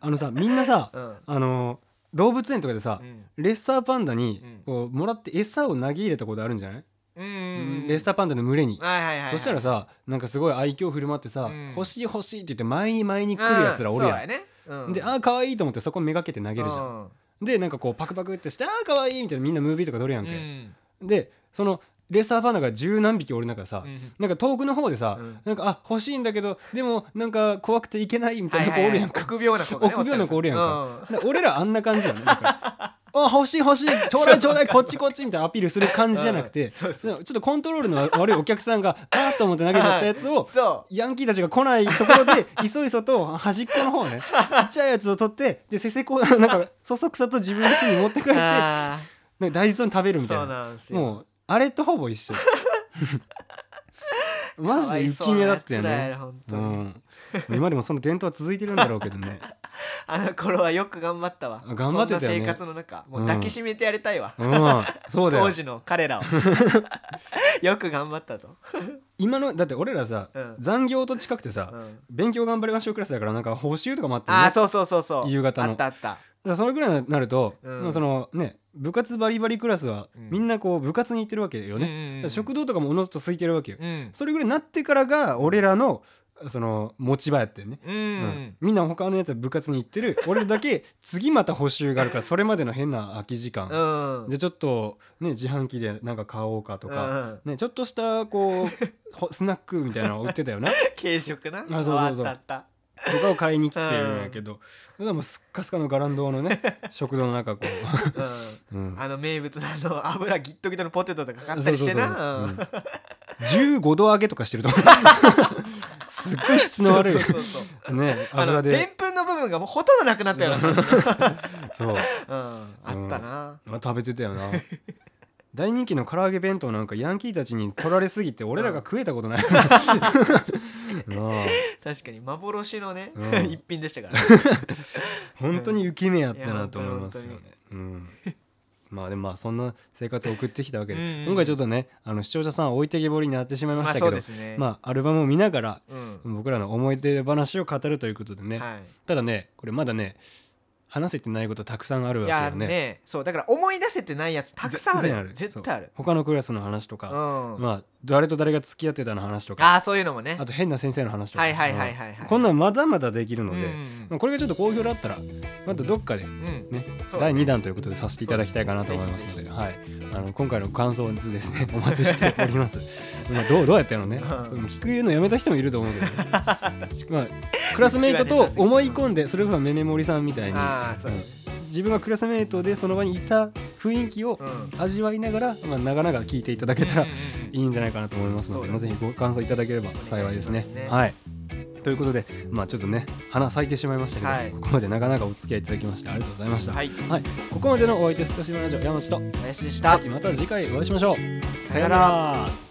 あのさみんなさ
うん
あの動物園とかでさ
うん
レッサーパンダに
うん
こうもらって餌を投げ入れたことあるんじゃない
うん
レッサーパンダの群れに
はいはいはいはい
そしたらさなんかすごい愛嬌振る舞ってさ
う
「
ん
欲しい欲しい」って言って前に前に来るやつらおるやん
うんそうやね、うん、
であー可愛いと思ってそこめがけて投げるじゃん、
ん、
でなんかこうパクパクってしてあー可愛いみたいなみんなムービーとか撮るや
うん
け、
ん
でそのレッサーパンダが十何匹おる中さ、
うん
なんか遠くの方でさ、
うん
なんかあ欲しいんだけどでもなんか怖くていけないみた
はいい
な
は
子お
い
る
はい
やんか、
臆病な子がね
臆病な子おるやんか
う
で俺らあんな感じやんなんかあ欲しい欲しいちょうだいちょうだいこっちこっちみたいなアピールする感じじゃなくて、
うんそう
そのちょっとコントロールの悪いお客さんがあーっと思って投げちゃったやつを
そ
ヤンキーたちが来ないところでいそいそと端っこの方ねちっちゃいやつを取ってでせせこう なんかそそくさと自分の巣に持ってく
う
れてなんか
あ
大事そうに食べる
ー
みたい
そう
な
なんですよ
もうあれとほぼ一 緒マジで雪見だった
かわいそうな奴
よ
らや
ね
な本
う
当に
ん、今でもその伝統は続いてるんだろうけどね
あの頃はよく頑張ったわ
あ頑張ってたよ
そ
ね
んな生活の中もう抱きしめてやりたいわ、
うんそうだ
当
よ
時の彼 らをよく頑張ったと、
今のだって俺らさ、
うん
残業と近くてさ、
うん
勉強頑張りましょうクラスだからなんか報酬とかもあって、ね、
ああそうそうそうそう
夕方の
あったあった
だからそれぐらいになると、
うん
まあそのね部活バリバリクラスは
うん
みんなこう部活に行ってるわけよね、
うんうんうん
だから食堂とかもおのずと空いてるわけよ、
うん
それぐらいになってからが俺らのその持ち場やってね、
うん、
うんみんな他のやつは部活に行 ってる俺らだけ次また補習があるからそれまでの変な空き時間、
うん
でちょっとね自販機でなんか買おうかとか、
うんうん
ねちょっとしたこ うほスナックみたいなのを売ってたよな
軽食なあ
そうそうそう
あったあった
とかを買いに来てるんやけど、ただもうすっかすかのガランド のね食堂の中こ
うん
う、うん、
あの名物のあの油ギットギトのポテトとか買ったりしてなうん
十五度揚げとかしてると思 うすっごい質の悪い
そうそうそうそう
ね
あの
油
でん
で
ぷんの部分がもうほとんどなくなったような感じ、
そう、
うん、あったな、
まあ、食べてたよな大人気の唐揚げ弁当なんかヤンキーたちに取られすぎて俺らが食えたことないな あ
確かに幻のね、
うん
一 品でしたからね
本当に受け目やったなと思いますよね
いや本当に
うんまあでもまあそんな生活を送ってきたわけで、
うんうんうん
今回ちょっとねあの視聴者さんは置いてけぼりになってしまいま
ま
し
あ
たけ
そ
ど、
う
ま
で
あ
すね。
アルバムを見ながら
うん
僕らの思い出話を語るということでね、
は
ただねこれまだね話せてないことたくさんある
い、
わ
い
け
や
よね
ねそうだから思い出せてないやつたくさんある
全然
絶対あ
そう
る
他のクラスの話と
うん
か、
あ
まあ誰と誰が付き合ってたの話とか
あそういうのもね
あと変な先生の話とか、
はいはいはいはいはい
うんこんなんまだまだできる
う
の
ん
で、
うん
まあこれがちょっと好評だったらまたどっかで
うんうん
ね
そう
第2弾ということでさせていただきたいかなと思いますの
そう
で、
です
はい、あの今回の感想をです ねお待ちしております。まあどうどうやってやるのね、
うん
聞くのやめた人もいると思うけど、 まあ、クラスメイトと思い込んでそれこそメメモリさんみたいに
ああそう
自分がクラスメイトでその場にいた雰囲気を
うん
味わいながら、まあ、長々聞いていただけたら
うんうんうん
いいんじゃないかなと思いますの
そう
で、
だ
まあ、ぜひご感想いただければ幸いですね
お願いします。ね
はいということで、まあ、ちょっとね花咲いてしまいましたけど、
はい
ここまでなかなかお付き合いいただきましてありがとうございました。
はい
はい、ここまでのお相手すかしラジオ山内と、
林でした、
はい、また次回お会いしましょう。
さよなら。